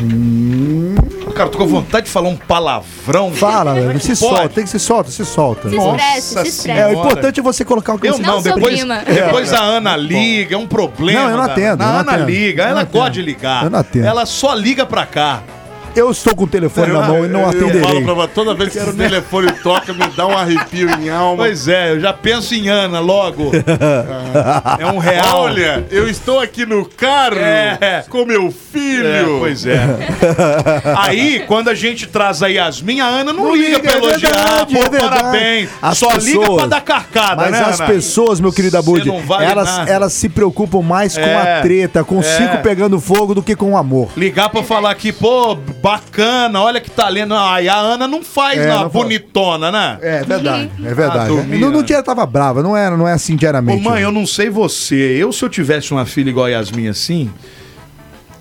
S6: Hum.
S3: Cara, tô com vontade de falar um palavrão.
S4: Fala,
S3: Como é
S4: velho.
S3: que
S4: Se
S3: pode?
S4: solta, tem que se solta, se solta.
S11: Se
S3: Nossa
S11: expresse, se expresse.
S4: É, o importante é você colocar o que
S3: Eu
S4: você
S3: não,
S11: sou
S3: depois,
S11: prima.
S3: depois a Ana liga, é um problema.
S4: Não, eu não
S3: cara.
S4: atendo,
S3: A
S4: eu não
S3: Ana
S4: atendo.
S3: liga,
S4: Eu não
S3: ela
S4: atendo.
S3: gosta de ligar.
S4: Eu não atendo.
S3: Ela só liga pra cá.
S4: Eu estou com o telefone
S3: Eu-
S4: na mão e não
S2: Eu
S3: eu- eu
S2: falo
S4: atenderei.
S2: pra você, toda vez que esse telefone toca, me dá um arrepio em alma.
S3: Pois é, eu já penso em Ana logo. é um real.
S2: Olha, eu estou aqui no carro
S3: É.
S2: com meu
S3: É,
S2: filho.
S3: pois é. aí, quando a gente traz a Yasmin, a Ana não,
S4: Não
S3: liga,
S4: liga,
S3: pra
S4: é
S3: elogiar.
S4: verdade,
S3: Pô,
S4: é verdade.
S3: parabéns.
S4: As
S3: Só liga pra
S4: pessoas-
S3: dar carcada,
S4: Mas
S3: né,
S4: as
S3: Ana?
S4: pessoas, meu querido Abud,
S3: Você não vale
S4: elas,
S3: nada.
S4: elas se preocupam mais com
S3: É,
S4: a treta, com o
S3: é.
S4: cinco pegando fogo, do que com o amor.
S3: Ligar pra falar aqui, pô, bacana, olha que talento. Ai, a Ana não faz,
S4: É,
S3: não, a
S4: não faz.
S3: bonitona, né?
S4: É verdade, é
S3: Ah,
S4: verdade.
S3: dormia.
S4: não, não tinha, tava brava, não era, não é assim
S3: Ô,
S4: diariamente.
S3: mãe, eu não sei você. Eu, se eu tivesse uma filha igual a Yasmin assim,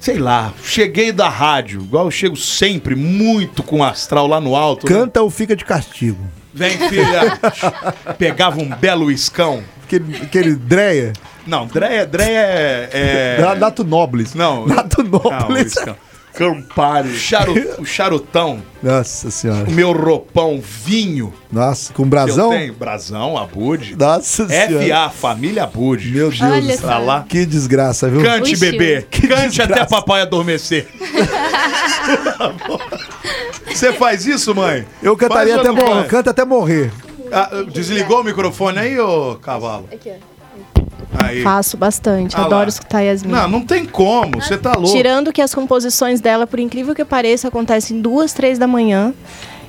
S3: sei lá, cheguei da rádio, igual eu chego sempre, muito com o astral lá no alto. né?
S4: Canta ou fica de castigo?
S3: Vem, filha. Pegava um belo uiscão.
S4: Aquele, aquele Dreia,
S3: Não, Dreia, Dreia é.
S4: da-
S3: é...
S4: Nato Nobles.
S3: Não.
S4: Nato
S3: Não,
S4: Nobles.
S3: uiscão.
S2: Campari.
S3: O charu- o charutão,
S4: Nossa senhora.
S3: o meu roupão, vinho.
S4: Nossa, com
S3: que
S4: brasão?
S3: Eu tenho. Brasão, Abude.
S4: Nossa
S3: FA,
S4: senhora.
S3: Família Abude.
S4: Meu Deus
S11: Olha
S4: do
S11: só.
S4: céu. Que desgraça, viu?
S3: Cante,
S11: Ui,
S3: bebê. Cante até
S4: desgraça.
S3: papai adormecer. Você faz isso, mãe?
S4: Eu cantaria
S3: Faz
S4: até
S3: ou não
S4: morrer.
S3: faz?
S4: Canta até morrer.
S3: Ah, desligou o microfone aí, ô cavalo?
S6: Aqui, ó.
S3: Aí.
S6: Faço bastante,
S3: Ah lá.
S6: adoro escutar Yasmin.
S3: Não, não tem como. Você tá louco.
S6: Tirando que as composições dela, por incrível que pareça, acontecem duas, três da manhã.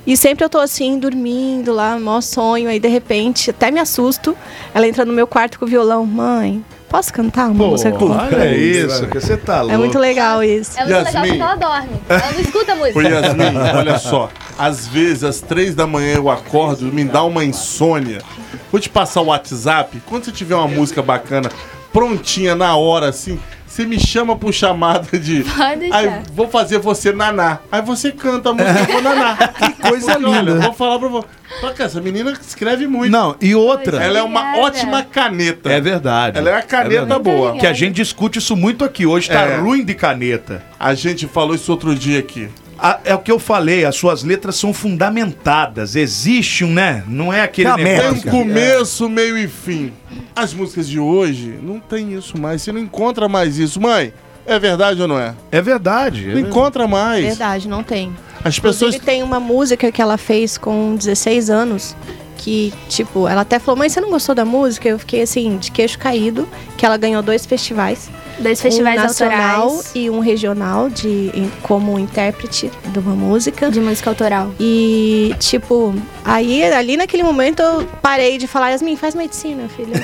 S6: E sempre eu tô assim, dormindo lá, mó sonho. Aí, de repente, até me assusto. Ela entra no meu quarto com o violão. Mãe, posso cantar uma
S3: Pô,
S6: música? com você?"
S3: olha isso, que você tá louco.
S6: É muito legal isso.
S11: É muito legal
S2: Yasmin.
S11: porque ela dorme. Ela não escuta a
S2: Ô,
S11: música.
S2: Yasmin, olha só. Às vezes, às três da manhã, eu acordo, me dá uma insônia. Vou te passar o WhatsApp. Quando você tiver uma música bacana, prontinha, na hora, assim, você me chama por chamada de...
S11: Pode deixar.
S2: Aí, vou fazer você naná. Aí você canta a música, eu vou naná. Que
S4: coisa linda.
S2: vou falar pra você. Fala, cara, essa menina escreve muito.
S3: Não, e outra.
S2: Ela é uma
S11: Obrigada.
S2: ótima caneta.
S3: É verdade.
S2: Ela é uma caneta
S3: verdade.
S2: boa.
S3: Que a gente discute isso muito aqui. Hoje tá
S2: É.
S3: ruim de caneta.
S2: A gente falou isso outro dia aqui.
S3: A- é o que eu falei, as suas letras são fundamentadas. Existe um, né? Não é aquele
S4: Tá
S2: Tem
S4: merda,
S2: um
S4: É.
S2: começo, meio e fim. As músicas de hoje não tem isso mais. Você não encontra mais isso. Mãe, é verdade ou não é?
S3: É verdade.
S2: Não encontra mais.
S6: Verdade, não tem.
S2: As pessoas.
S6: Inclusive, tem uma música que ela fez com 16 anos. Que, tipo, ela até falou, mãe, você não gostou da música? Eu fiquei assim, de queixo caído, que ela ganhou dois festivais.
S11: Dois festivais
S6: um nacional
S11: autorais.
S6: e um regional de em- como intérprete de uma música.
S11: De música autoral.
S6: E, tipo, aí ali naquele momento eu parei de falar, Yasmin, faz medicina, filha.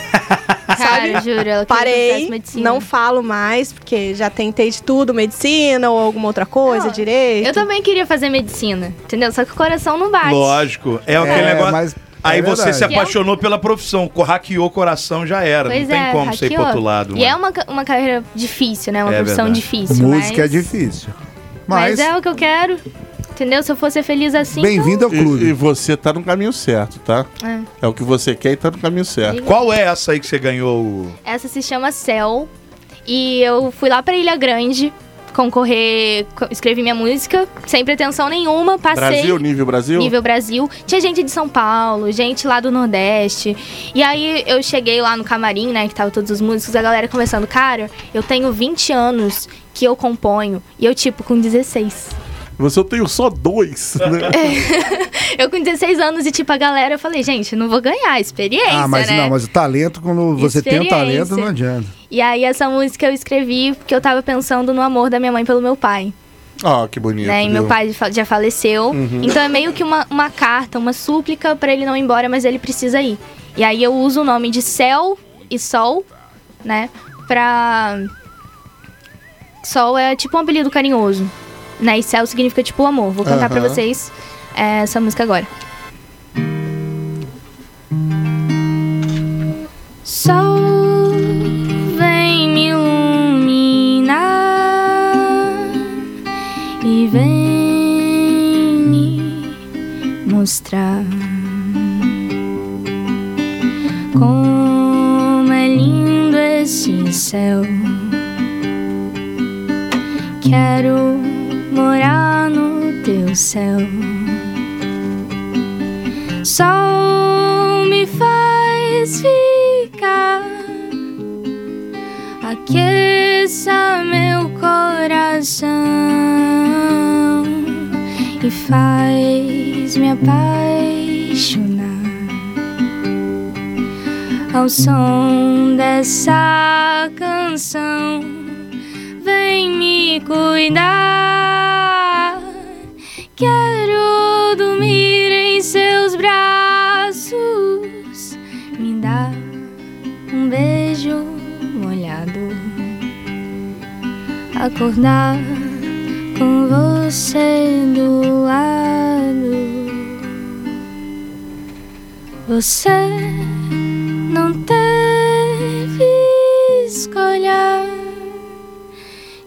S11: Cara, juro, ela queria que eu
S6: Parei,
S11: fizesse medicina.
S6: não falo mais, porque já tentei de tudo, medicina ou alguma outra coisa,
S11: Não,
S6: direito.
S11: Eu também queria fazer medicina, entendeu? Só que o coração não bate.
S3: Lógico. É aquele
S4: É,
S3: negócio.
S4: mas-
S3: Aí
S4: é
S3: você se
S4: verdade.
S3: apaixonou pela profissão, co- hackeou o coração, já era.
S11: Pois
S3: não tem
S11: é,
S3: como você ir pro
S11: hackeou.
S3: outro lado.
S11: E é
S3: mano.
S11: uma, ca- uma carreira difícil, né? Uma
S3: É
S11: profissão
S3: verdade.
S11: difícil.
S4: Música é
S11: mas-
S4: difícil. Mas-
S5: Mas, é o que eu quero. Entendeu? Se eu fosse feliz assim.
S4: Bem-vindo ao um clube.
S2: E, e você tá no caminho certo, tá?
S5: É.
S2: É o que você quer e tá no caminho
S11: um
S2: certo.
S3: Qual é essa aí que você ganhou?
S5: então, essa se chama Cell. E eu fui lá pra Ilha Grande concorrer, co- escrevi minha música, sem pretensão nenhuma, passei.
S2: Brasil, nível Brasil?
S5: Nível Brasil. Tinha gente de São Paulo, gente lá do Nordeste. E aí eu cheguei lá no camarim, né, que tava todos os músicos, a galera conversando, cara, eu tenho 20 anos que eu componho. E eu, tipo, com 16.
S2: Você eu tenho só dois, né?
S5: Eu com 16 anos e, tipo, a galera, eu falei, gente, não vou ganhar experiência,
S4: Ah, mas
S5: né?
S4: não, mas o talento, quando você tem o talento, não adianta.
S5: E aí essa música eu escrevi porque eu tava pensando no amor da minha mãe pelo meu pai.
S2: Ah, que bonito.
S5: Né? E
S2: viu?
S5: meu pai fa- já faleceu.
S2: Uhum.
S5: Então é meio que uma, uma carta, uma súplica pra ele não ir embora, mas ele precisa ir. E aí eu uso o nome de céu e sol, né? Pra. Sol é tipo um apelido carinhoso. Né? E céu significa tipo amor. Vou cantar pra
S2: Aham.
S5: vocês é, essa música agora. Sol vem me iluminar e vem me mostrar como é lindo esse céu. Quero morar no teu céu. Sol me faz ficar, aqueça meu coração e faz me apaixonar ao som dessa canção. Vem me cuidar. Quero dormir em seus braços. Me dá um beijo molhado. Acordar com você do lado. Você não teve escolha.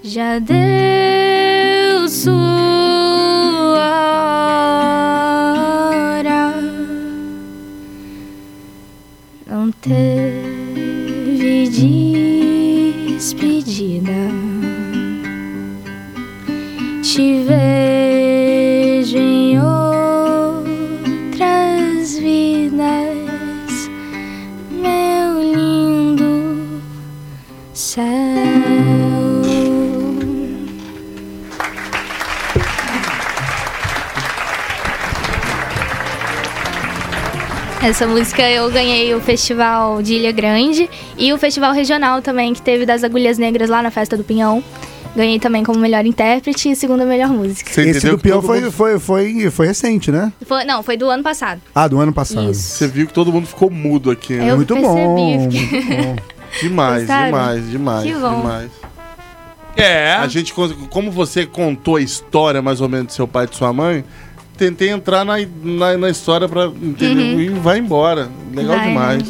S5: Já deu sua hora. Não teve despedida. Te vejo em outras vidas, meu lindo céu. Essa música eu ganhei o festival de Ilha Grande e o festival regional também que teve das Agulhas Negras lá na festa do Pinhão. Ganhei também como melhor intérprete e segunda melhor música.
S2: Você
S4: Esse
S2: entendeu
S4: do
S2: que
S4: peão
S2: todo
S4: foi,
S2: mundo-
S4: foi, foi, foi recente, né?
S5: Foi- não, foi do ano passado.
S4: Ah, do ano passado.
S2: Você viu que todo mundo ficou mudo aqui, né?
S5: Eu
S4: É Muito bom.
S5: percebi,
S4: muito bom.
S2: Demais,
S5: Gostaram?
S2: demais, demais,
S5: Que bom.
S2: demais.
S3: É.
S2: A gente, cons- como você contou a história mais ou menos do seu pai e de sua mãe, tentei entrar na, na, na história pra entender e vai embora. Legal
S5: Vai,
S2: demais.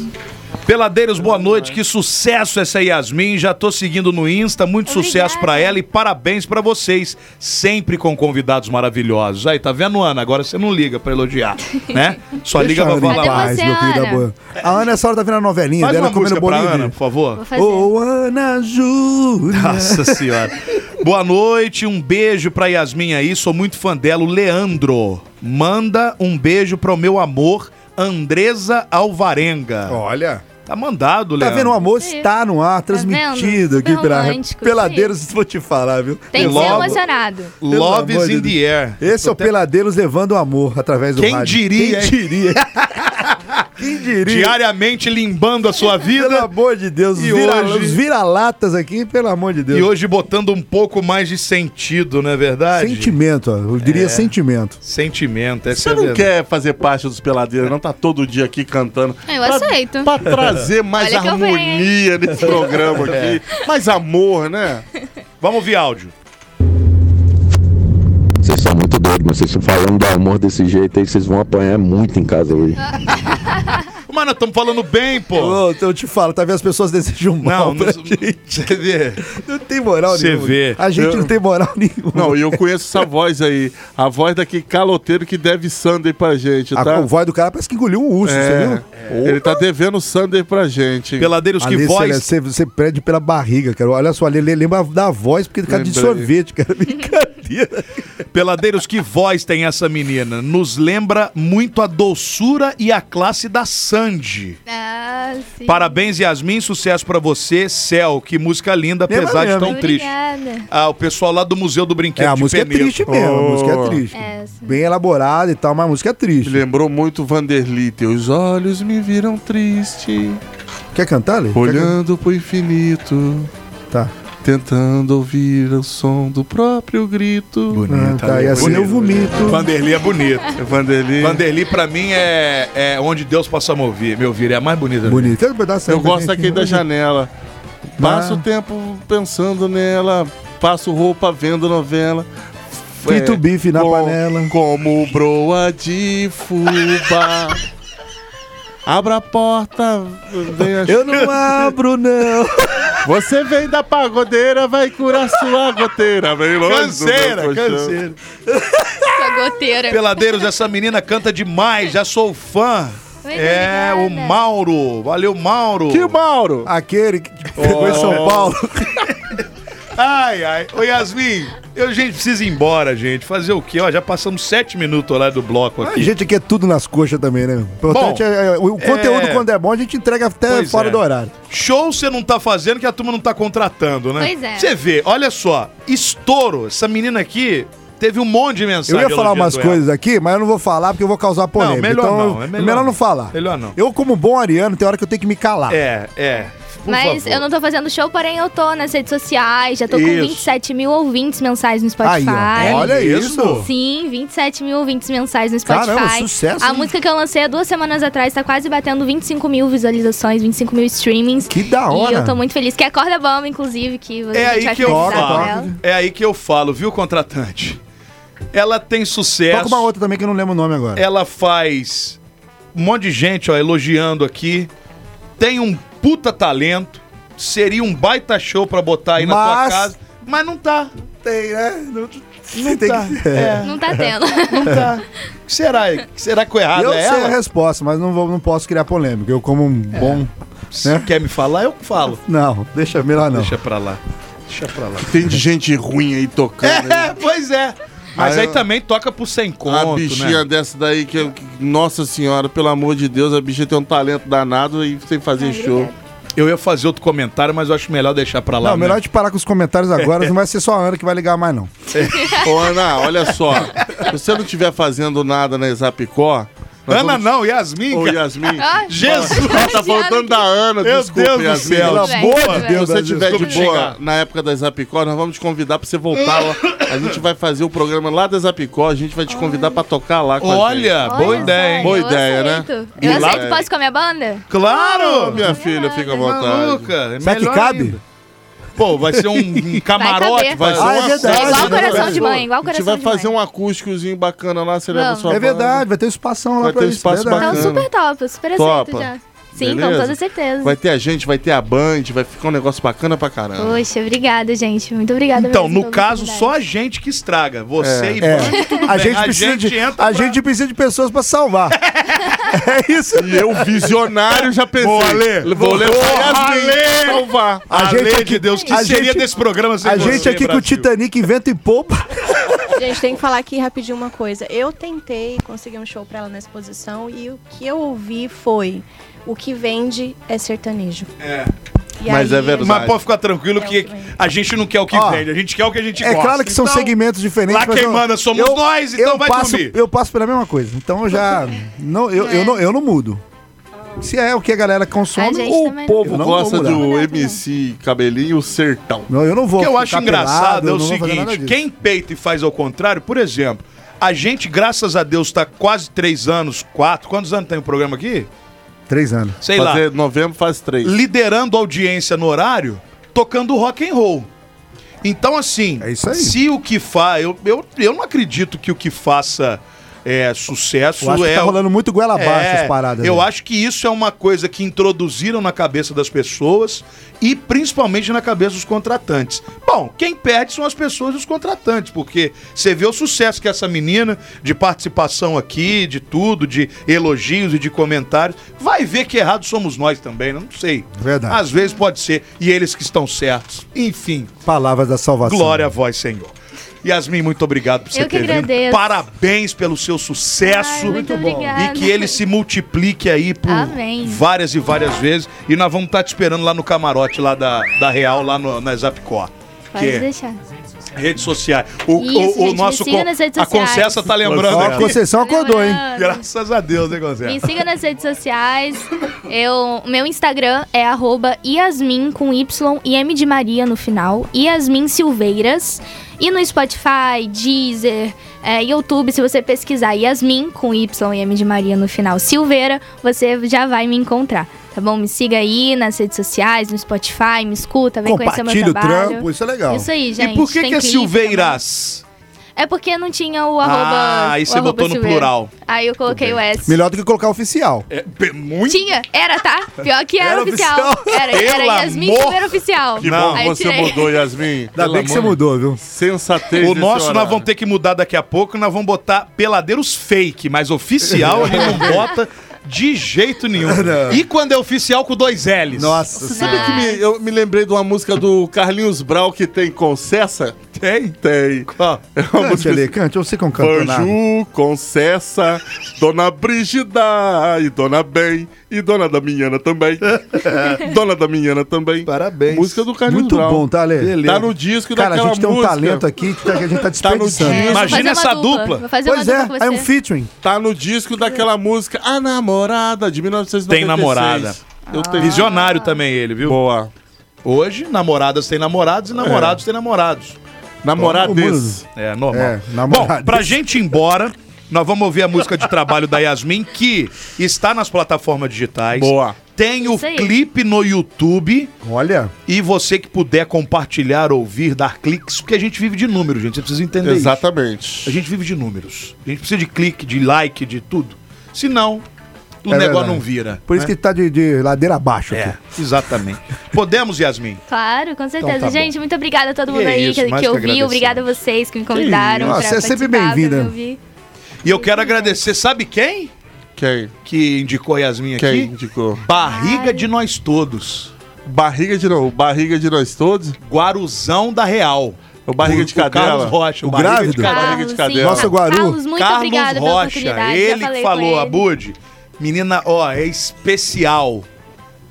S3: Peladeiros, boa noite. Que sucesso essa Yasmin. Já tô seguindo no Insta. Muito
S5: Obrigada.
S3: sucesso pra ela e parabéns pra vocês. Sempre com convidados maravilhosos. Aí, tá vendo, Ana? Agora você não liga pra elogiar, né? Só liga pra
S4: Deixa ela em
S3: falar.
S5: Até
S4: paz,
S5: você,
S4: meu querido
S5: Ana.
S4: amor. A Ana, essa hora tá vendo a novelinha
S3: Faz
S4: dela
S3: uma
S4: comendo
S3: música pra
S4: bolinho.
S3: Ana, por favor.
S5: Vou fazer.
S4: Ô, Ana Júlia.
S3: Nossa senhora. Boa noite, um beijo pra Yasmin aí, sou muito fã dela. O Leandro, manda um beijo pro meu amor, Andresa Alvarenga.
S4: Olha.
S3: Tá mandado,
S4: Tá
S3: Leandro.
S4: vendo? O amor
S5: Sim.
S4: está no ar, transmitido
S5: Tá vendo?
S4: aqui pela
S5: Romântico,
S4: Peladeiros, vou te falar, viu?
S5: Tem que
S3: Logo.
S5: ser emocionado.
S3: Loves
S4: Pelo
S3: in
S4: amor de
S3: the air.
S4: Esse é o Peladeiros levando o amor através do
S3: Quem
S4: rádio.
S3: diria,
S4: Quem
S3: hein?
S4: diria? Quem diria?
S3: Diariamente limbando a sua
S4: Pelo
S3: vida.
S4: amor de Deus,
S3: né? E
S4: vira,
S3: hoje-
S4: os vira-latas aqui, pelo amor de Deus.
S3: E hoje botando um pouco mais de sentido, não é verdade?
S4: Sentimento, ó. Eu
S3: É.
S4: diria sentimento.
S3: Sentimento, essa
S2: Você
S3: é a
S2: não
S3: verdade.
S2: quer fazer parte dos peladeiros, não tá todo dia aqui cantando.
S5: Eu
S2: Pra-
S5: aceito.
S2: Pra trazer mais
S5: Olha que eu venho,
S2: harmonia nesse programa aqui.
S4: É.
S2: Mais amor, né?
S3: Vamos ouvir áudio.
S12: Vocês são muito doidos, mas vocês estão falando do amor desse jeito aí que vocês vão apanhar muito em casa hoje.
S3: Mas mas nós estamos falando bem, pô.
S4: Ô, eu te falo, tá vendo? As pessoas desejam mal
S3: Não,
S4: pra
S3: não,
S4: gente.
S3: você vê.
S4: Não tem moral
S3: Cê
S4: nenhuma.
S3: vê.
S4: A gente não tem moral nenhuma.
S2: Não, e eu conheço essa voz aí. A voz daquele caloteiro que deve Sunday pra gente,
S4: A
S2: tá?
S4: convoy do cara parece que engoliu um urso, você
S2: É,
S4: viu?
S2: Ele tá devendo Sunday pra gente. hein?
S3: Peladeiros que
S4: Ali, você-
S3: voz.
S4: Você, você perde pela barriga, cara. Olha só, ali, lembra da voz, porque cara de
S2: Lembrei.
S4: sorvete, cara. Brincadeira.
S3: Peladeiros, que voz tem essa menina? Nos lembra muito a doçura e a classe da Sandy.
S5: Ah, sim.
S3: Parabéns, Yasmin. Sucesso pra você. Céu, que música linda,
S4: Lembra
S3: apesar de
S4: mesmo,
S3: tão
S4: hein?
S3: é um triste.
S5: Obrigada.
S3: Ah, o pessoal lá do Museu do Brinquedo
S4: né? É, a
S3: de
S4: música é
S3: Penedo.
S4: triste mesmo, a música é
S2: Oh.
S4: triste.
S5: É, sim.
S4: Bem elaborada e tal, mas a música é triste.
S2: Lembrou muito Vanderly. Teus olhos me viram triste,
S4: Quer cantar, Lê? Quer
S2: olhando pro infinito,
S4: cantar? Tá.
S2: tentando ouvir o som do próprio grito. Ah,
S4: Ah, tá, e assim eu vomito.
S3: Vanderlei é bonito.
S2: Vanderly.
S3: Vanderlei, pra mim, é, é onde Deus possa me ouvir. Me ouvir é a mais bonita.
S4: Bonito. Quer um pedaço aí
S2: Eu
S4: pra
S2: gosto
S4: gente?
S2: daquele da janela. Passo o tempo pensando nela, passo roupa vendo novela.
S4: Frito
S2: É,
S4: bife na
S2: com-
S4: panela.
S2: Como broa de fubá. Abra a porta, venha.
S4: Eu não abro, não.
S2: Você vem da pagodeira, vai curar sua goteira. Vem longe. do meu
S3: Canseira,
S2: colchão.
S3: canseira.
S5: Sua goteira.
S3: Peladeiros, essa menina canta demais. Já sou fã.
S5: Muito
S3: é, o
S5: obrigada.
S3: Mauro. Valeu, Mauro.
S2: Que Mauro?
S4: Aquele que pegou em São Paulo.
S3: Ai, ai. Ô, Yasmin, eu, gente, precisa ir embora, gente. Fazer o quê? Ó, já passamos sete minutos lá do bloco
S4: A
S3: aqui.
S4: gente aqui é tudo nas coxas também, né? meu? O importante
S3: Bom,
S4: é, é, o conteúdo,
S3: é.
S4: quando é bom, a gente entrega até
S3: Pois
S4: fora
S3: é.
S4: do horário.
S3: Show você não tá fazendo que a turma não tá contratando, né?
S5: Pois é.
S3: Você vê, olha só, estouro. Essa menina aqui teve um monte de
S4: Eu
S3: mensagem.
S4: ia falar umas
S3: elogiando ela.
S4: coisas aqui, mas eu não vou falar porque eu vou causar polêmica.
S3: melhor
S4: então,
S3: não, é melhor
S4: melhor
S3: não.
S4: não falar.
S3: Melhor não.
S4: Eu, como bom ariano, tem hora que eu tenho que me calar.
S3: É, é. Por
S5: Mas
S3: favor.
S5: eu não tô fazendo show, porém eu tô nas redes sociais, já tô com
S3: Isso.
S5: 27 mil ouvintes mensais no
S4: Aí,
S5: Spotify.
S4: ó. Olha
S3: É
S4: isso.
S3: mesmo?
S5: Sim, 27 mil ouvintes mensais no Spotify.
S4: Caramba, sucesso,
S5: A
S4: hein?
S5: música que eu lancei há duas semanas atrás tá quase batendo 25 mil visualizações, 25 mil streamings.
S4: Que da hora.
S5: E eu tô muito feliz, que é Corda Bamba, inclusive, que a
S3: É
S5: gente
S3: aí
S5: vai
S3: que eu
S5: finalizar
S4: Toca,
S5: com
S4: toca.
S5: ela.
S3: É aí que eu falo, viu, contratante? Ela tem sucesso.
S4: Toca uma outra também que eu não lembro o nome agora.
S3: Ela faz um monte de gente, ó, elogiando aqui. Tem um puta talento. Seria um baita show pra botar aí na tua
S4: Mas-
S3: casa. Mas não tá.
S4: Tem, né? Não,
S3: Não
S4: tem
S3: tá.
S4: que-
S3: É.
S5: Não tá tendo.
S3: Não tá. O que será? O que será que o errado
S4: Eu
S3: é
S4: sei a
S3: ela?
S4: resposta, mas não, vou, não posso criar polêmica. Eu, como um
S3: É.
S4: bom.
S3: Se
S4: né?
S3: quer me falar, eu falo.
S4: Não, deixa melhor não.
S3: Deixa pra lá. Deixa pra lá.
S2: Tem de gente ruim aí tocando.
S3: É, pois é. Mas
S2: Aí
S3: aí
S2: eu-
S3: também toca por sem
S2: A
S3: conto,
S2: bichinha
S3: né?
S2: dessa daí que, eu- que- Nossa senhora, pelo amor de Deus, a bichinha tem um talento danado e sem fazer show.
S3: Eu ia fazer outro comentário, mas eu acho melhor deixar pra lá.
S4: Não,
S3: né?
S4: melhor te parar com os comentários agora, não vai ser só a Ana que vai ligar mais, não.
S2: Ô, Ana, olha só. Se você não estiver fazendo nada na Exapicó. nós
S3: Ana
S2: vamos-
S3: não, Yasmin.
S2: Ô,
S3: cara.
S2: Yasmin.
S5: Ai,
S3: Jesus!
S2: tá faltando da Ana,
S3: Meu
S2: desculpa,
S3: Deus do
S2: Yasmin.
S3: céu,
S2: Ela-
S5: Tudo bem, tudo
S3: boa,
S5: bem.
S2: Se você estiver de
S3: desculpa
S2: boa
S3: xingar.
S2: na época da Exapicó, nós vamos te convidar pra você voltar lá. A gente vai fazer o programa lá da Exapicó, a gente vai te convidar pra tocar lá com a gente.
S3: Olha, boa
S5: Olha
S3: ideia,
S5: só,
S3: hein? é.
S2: Boa
S5: eu
S2: ideia, né?
S5: aceito.
S2: E
S5: Eu
S2: lá-
S5: aceito, posso com a minha banda?
S2: Ô,
S3: Claro! é
S2: minha filha, fica à vontade.
S3: Maluca, é
S4: Será que
S3: melhor
S4: cabe?
S3: ainda. Pô, vai ser um, um camarote.
S5: caber.
S3: vai ser
S4: Ah, é
S3: uma-
S4: verdade.
S5: É igual
S4: né?
S5: coração de mãe,
S2: A
S5: igual
S2: gente
S5: coração
S2: vai
S5: de
S2: fazer
S5: mãe.
S2: um acústicozinho bacana lá, você leva
S5: Vamos.
S2: sua
S4: É
S2: banda.
S4: verdade, vai ter um espação lá
S2: Vai
S4: pra
S2: ter um
S4: isso,
S2: espaço
S4: verdade.
S5: Então
S2: bacana.
S5: super top, eu super
S2: Topa.
S5: aceito já. Sim, com
S2: Beleza?
S5: toda certeza.
S2: Vai ter a gente, vai ter a Band, vai ficar um negócio bacana pra caramba.
S5: Poxa, obrigada, gente. Muito obrigada
S3: Então,
S5: mesmo
S3: no
S5: pela
S3: caso,
S5: oportunidade.
S3: só a gente que estraga. Você e Band, tudo
S4: É, a
S3: bem.
S4: gente, precisa, de, a
S3: entra pra-
S4: gente precisa de pessoas pra salvar. é isso.
S2: E eu, visionário, já pensei.
S3: Boa, Ale.
S2: Vou levar
S3: Boa,
S2: Yasmin,
S3: Ale.
S2: salvar.
S3: A
S4: gente
S3: lei
S4: aqui-
S3: de Deus, que
S4: a
S3: seria
S4: gente-
S3: desse programa sem
S4: A
S3: você,
S4: gente aqui com o
S3: Brasil?
S4: Titanic inventa e poupa.
S6: Gente, tem que falar aqui rapidinho uma coisa. Eu tentei conseguir um show pra ela na exposição e o que eu ouvi foi o que vende é sertanejo. É.
S2: Mas é verdade.
S3: Mas pode ficar
S5: É
S3: tranquilo que a gente não quer o que
S4: Ó,
S3: vende, a gente quer o que a gente
S4: É
S3: gosta.
S4: claro que são
S3: Então,
S4: segmentos diferentes.
S3: lá
S4: mas
S3: quem
S4: eu-
S3: manda somos nós, então
S4: eu
S3: vai
S4: passo,
S3: dormir.
S4: Eu passo pela mesma coisa. Então eu já. Não, eu, eu, não, eu não mudo. Se é o que a galera
S5: A
S4: consome,
S5: gente
S4: o
S5: também não
S4: povo
S2: Eu
S4: não
S2: gosto
S4: vou mudar.
S2: do MC Cabelinho Sertão.
S4: Não, eu não vou.
S3: O que eu
S4: ficar
S3: acho engraçado
S4: pelado, eu
S3: é o
S4: não vou fazer nada
S3: seguinte:
S4: disso.
S3: quem peita e faz ao contrário, por exemplo, a gente, graças a Deus, tá quase três anos, quatro. Quantos anos tem o programa aqui?
S4: Três anos.
S3: Sei lá.
S2: Fazer novembro faz três.
S3: Liderando a audiência no horário, tocando rock and roll. Então, assim,
S4: É isso aí.
S3: se o que faz. Eu, eu, eu não acredito que o que faça É, sucesso
S4: Eu acho que
S3: é.
S4: tá rolando muito goela abaixo as paradas,
S3: Eu
S4: né?
S3: acho que isso é uma coisa que introduziram na cabeça das pessoas e principalmente na cabeça dos contratantes. Bom, quem perde são as pessoas e os contratantes, porque você vê o sucesso que essa menina, de participação aqui, de tudo, de elogios e de comentários, vai ver que errado somos nós também, né? não sei.
S4: Verdade.
S3: Às vezes pode ser, e eles que estão certos. Enfim,
S4: Palavras da salvação.
S3: glória a vós, Senhor. Yasmin, muito obrigado por você
S5: Eu que
S3: ter vindo.
S5: agradeço.
S3: Parabéns pelo seu sucesso.
S5: Ai, muito obrigada.
S3: E que ele se multiplique aí por
S5: Amém.
S3: várias e várias vezes. E nós vamos estar te esperando lá no camarote lá da, da Real, lá no, na Zapcó.
S5: Pode
S3: Que- é
S5: deixar.
S3: Redes sociais. O,
S5: Isso,
S3: o- o
S5: gente, me
S3: nosso
S5: siga
S3: con-
S5: nas redes
S3: A
S5: sociais.
S3: Concessa tá lembrando.
S4: Ó, a
S3: aqui.
S4: Conceição acordou, hein?
S5: Lembrando.
S3: Graças a Deus, né,
S5: Me
S3: Concessa?
S5: siga nas redes sociais. Eu, meu Instagram é arroba Yasmin com Y e M de Maria no final. Yasmin Silveiras. E no Spotify, Deezer, é, YouTube, se você pesquisar Yasmin com Y e M de Maria no final Silveira, você já vai me encontrar. Tá bom? Me siga aí nas redes sociais, no Spotify, me escuta, vem conhecer meu
S4: Compartilha o
S5: trabalho.
S4: trampo, isso é legal.
S5: Isso aí, gente.
S3: então. e por que,
S5: Tem
S3: que é
S5: clipe também.
S3: Silveiras?
S5: É porque não tinha o arroba.
S3: Ah, aí
S5: o
S3: você
S5: arroba
S3: botou no
S5: Silveira.
S3: plural.
S5: Aí eu coloquei o S.
S4: Melhor do que colocar oficial.
S3: É, pe- muito.
S5: Tinha, era, tá? Pior que era,
S4: Era
S5: oficial.
S4: oficial?
S5: Era, era
S3: Pelo
S5: Yasmin
S3: amor-
S5: Silveira oficial.
S2: Que
S3: Não.
S2: bom
S5: Aí
S2: que
S5: eu
S2: você
S5: tirei.
S2: mudou, Yasmin.
S4: Ainda bem que você mudou, viu?
S2: Sensatez.
S3: O
S2: nesse
S3: nosso nós
S2: horário.
S3: vamos ter que mudar daqui a pouco, nós vamos botar peladeiros fake, mas oficial a gente não bota de jeito nenhum.
S4: Não.
S3: E quando é oficial com dois L's?
S4: Nossa
S2: Você sabe que me- eu me lembrei de uma música do Carlinhos Brau que tem Concessa?
S3: Tem?
S2: Tem.
S3: Qual?
S2: É uma
S4: Cante,
S2: música
S4: Alê, cante. Eu sei que é um cantor nada.
S2: Banjo, Concessa, Dona Brígida e Dona Bem e Dona Damiana também. Dona Damiana também.
S4: Parabéns.
S2: Música do Carlinhos
S4: Muito
S2: Brown.
S4: bom, tá, Lê?
S2: Tá no disco
S4: Cara, a
S2: daquela
S4: gente tem um
S2: música.
S4: talento aqui que tá- que a gente tá
S2: Tá no
S4: desperdiçando.
S2: disco.
S5: É, vou fazer
S3: Imagina
S5: uma
S3: essa dupla.
S5: Vou fazer
S4: Pois
S5: uma
S4: é,
S5: dupla com
S4: é
S5: você.
S4: um featuring.
S2: Tá no disco daquela música A Namorada de 1996.
S3: Tem namorada.
S5: Ah.
S2: Eu tenho.
S3: Visionário também ele, viu?
S2: Boa. É.
S3: Hoje, namoradas têm namorados e namorados têm namorados.
S2: Namorades.
S3: É, normal.
S4: É,
S3: Bom,
S4: namorado.
S3: pra gente ir embora, nós vamos ouvir a música de trabalho da Yasmin, que está nas plataformas digitais.
S2: Boa.
S3: Tem o
S5: Isso aí.
S3: clipe no YouTube.
S4: Olha,
S3: E você que puder compartilhar, ouvir, dar cliques, porque a gente vive de números, gente. Você precisa entender isso.
S2: Exatamente.
S3: A gente vive de números. A gente precisa de clique, de like, de tudo. Senão, o
S4: É
S3: negócio
S4: verdade.
S3: não vira.
S4: por isso que tá de, de ladeira abaixo
S3: É,
S4: aqui.
S3: exatamente. Podemos, Yasmin?
S5: Claro, com certeza.
S3: Então tá bom.
S5: gente, muito obrigada a todo
S3: Que
S5: mundo aí
S3: isso,
S5: que,
S3: mais que
S5: que ouviu.
S3: agradecemos.
S5: Obrigada a vocês que me convidaram.
S4: isso.
S5: pra
S4: Você é sempre
S5: participar, pra me
S4: bem-vinda.
S5: ouvir.
S3: E eu quero agradecer, sabe quem?
S2: Quem?
S3: Que indicou Yasmin aqui?
S2: Quem indicou?
S3: Barriga de nós todos.
S2: Barriga de novo. Barriga de nós todos.
S3: Guaruzão da Real.
S2: O barriga
S3: O-
S2: de
S3: o Carlos
S2: cadela.
S3: Rocha, o,
S4: O
S3: barriga de
S4: grávido?
S3: cadela.
S2: barriga de cadela.
S5: Ah, sim,
S4: Nosso Guaru.
S5: Carlos, muito
S3: Carlos
S5: obrigada pela
S3: Rocha,
S5: oportunidade. já
S3: ele
S5: falei
S3: que
S5: com
S3: falou,
S5: ele.
S3: Abud, menina, ó, é especial.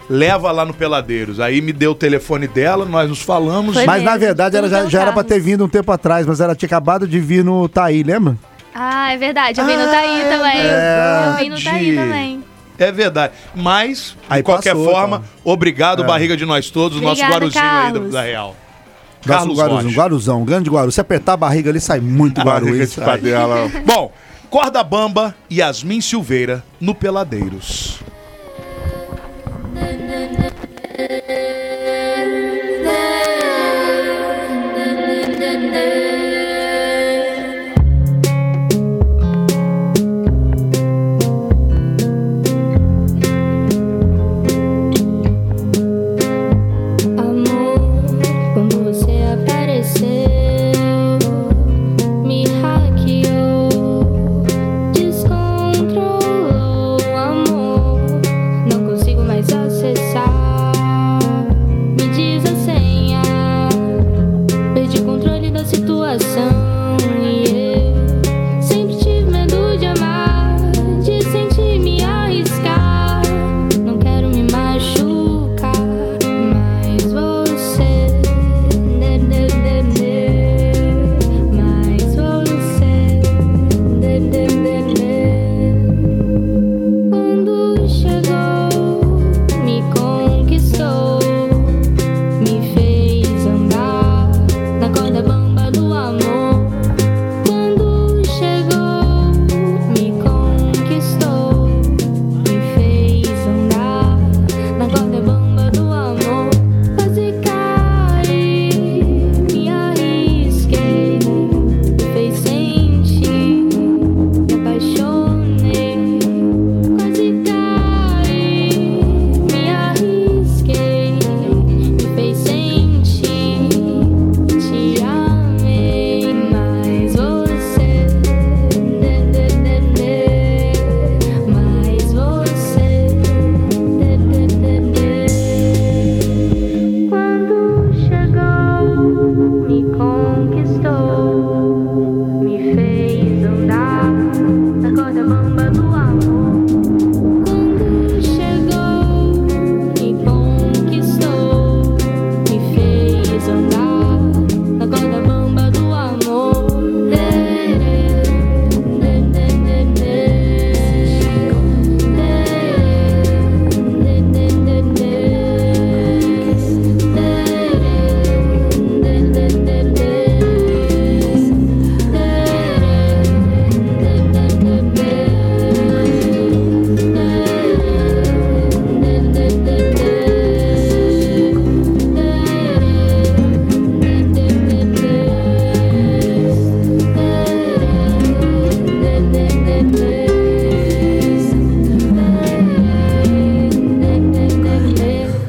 S3: Leva lá no Peladeiros. Aí me deu o telefone dela, nós nos falamos.
S5: Foi
S3: Mas-
S4: Mas na
S5: mesmo,
S4: verdade ela
S5: tudo
S4: já,
S5: pelo
S4: já era pra
S5: Carlos.
S4: ter vindo um tempo atrás, mas ela tinha acabado de vir no Taí, lembra?
S5: Ah, é verdade. Eu vim no
S3: Ah,
S5: Taí
S3: é
S5: também. Eu vim no
S3: verdade.
S5: Taí também.
S3: É verdade. Mas, de
S4: Aí
S3: qualquer
S4: passou,
S3: forma,
S4: tá.
S3: obrigado, barriga de nós todos, nosso
S5: Obrigada,
S3: guaruzinho aí
S5: Carlos.
S3: da, da Real.
S4: Nosso Guaruzão, Guaruzão, grande Guaru. Se apertar a barriga ali, sai muito Guaru.
S2: Barriga de
S4: isso aí.
S2: cadela.
S3: Bom, Corda Bamba e Yasmin Silveira no Peladeiros.
S7: Amor, quando você apareceu, me hackeou, descontrolou. Amor, né, né, né, né,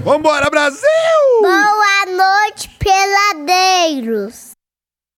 S4: Vambora, Brasil!
S9: Boa noite, peladeiros.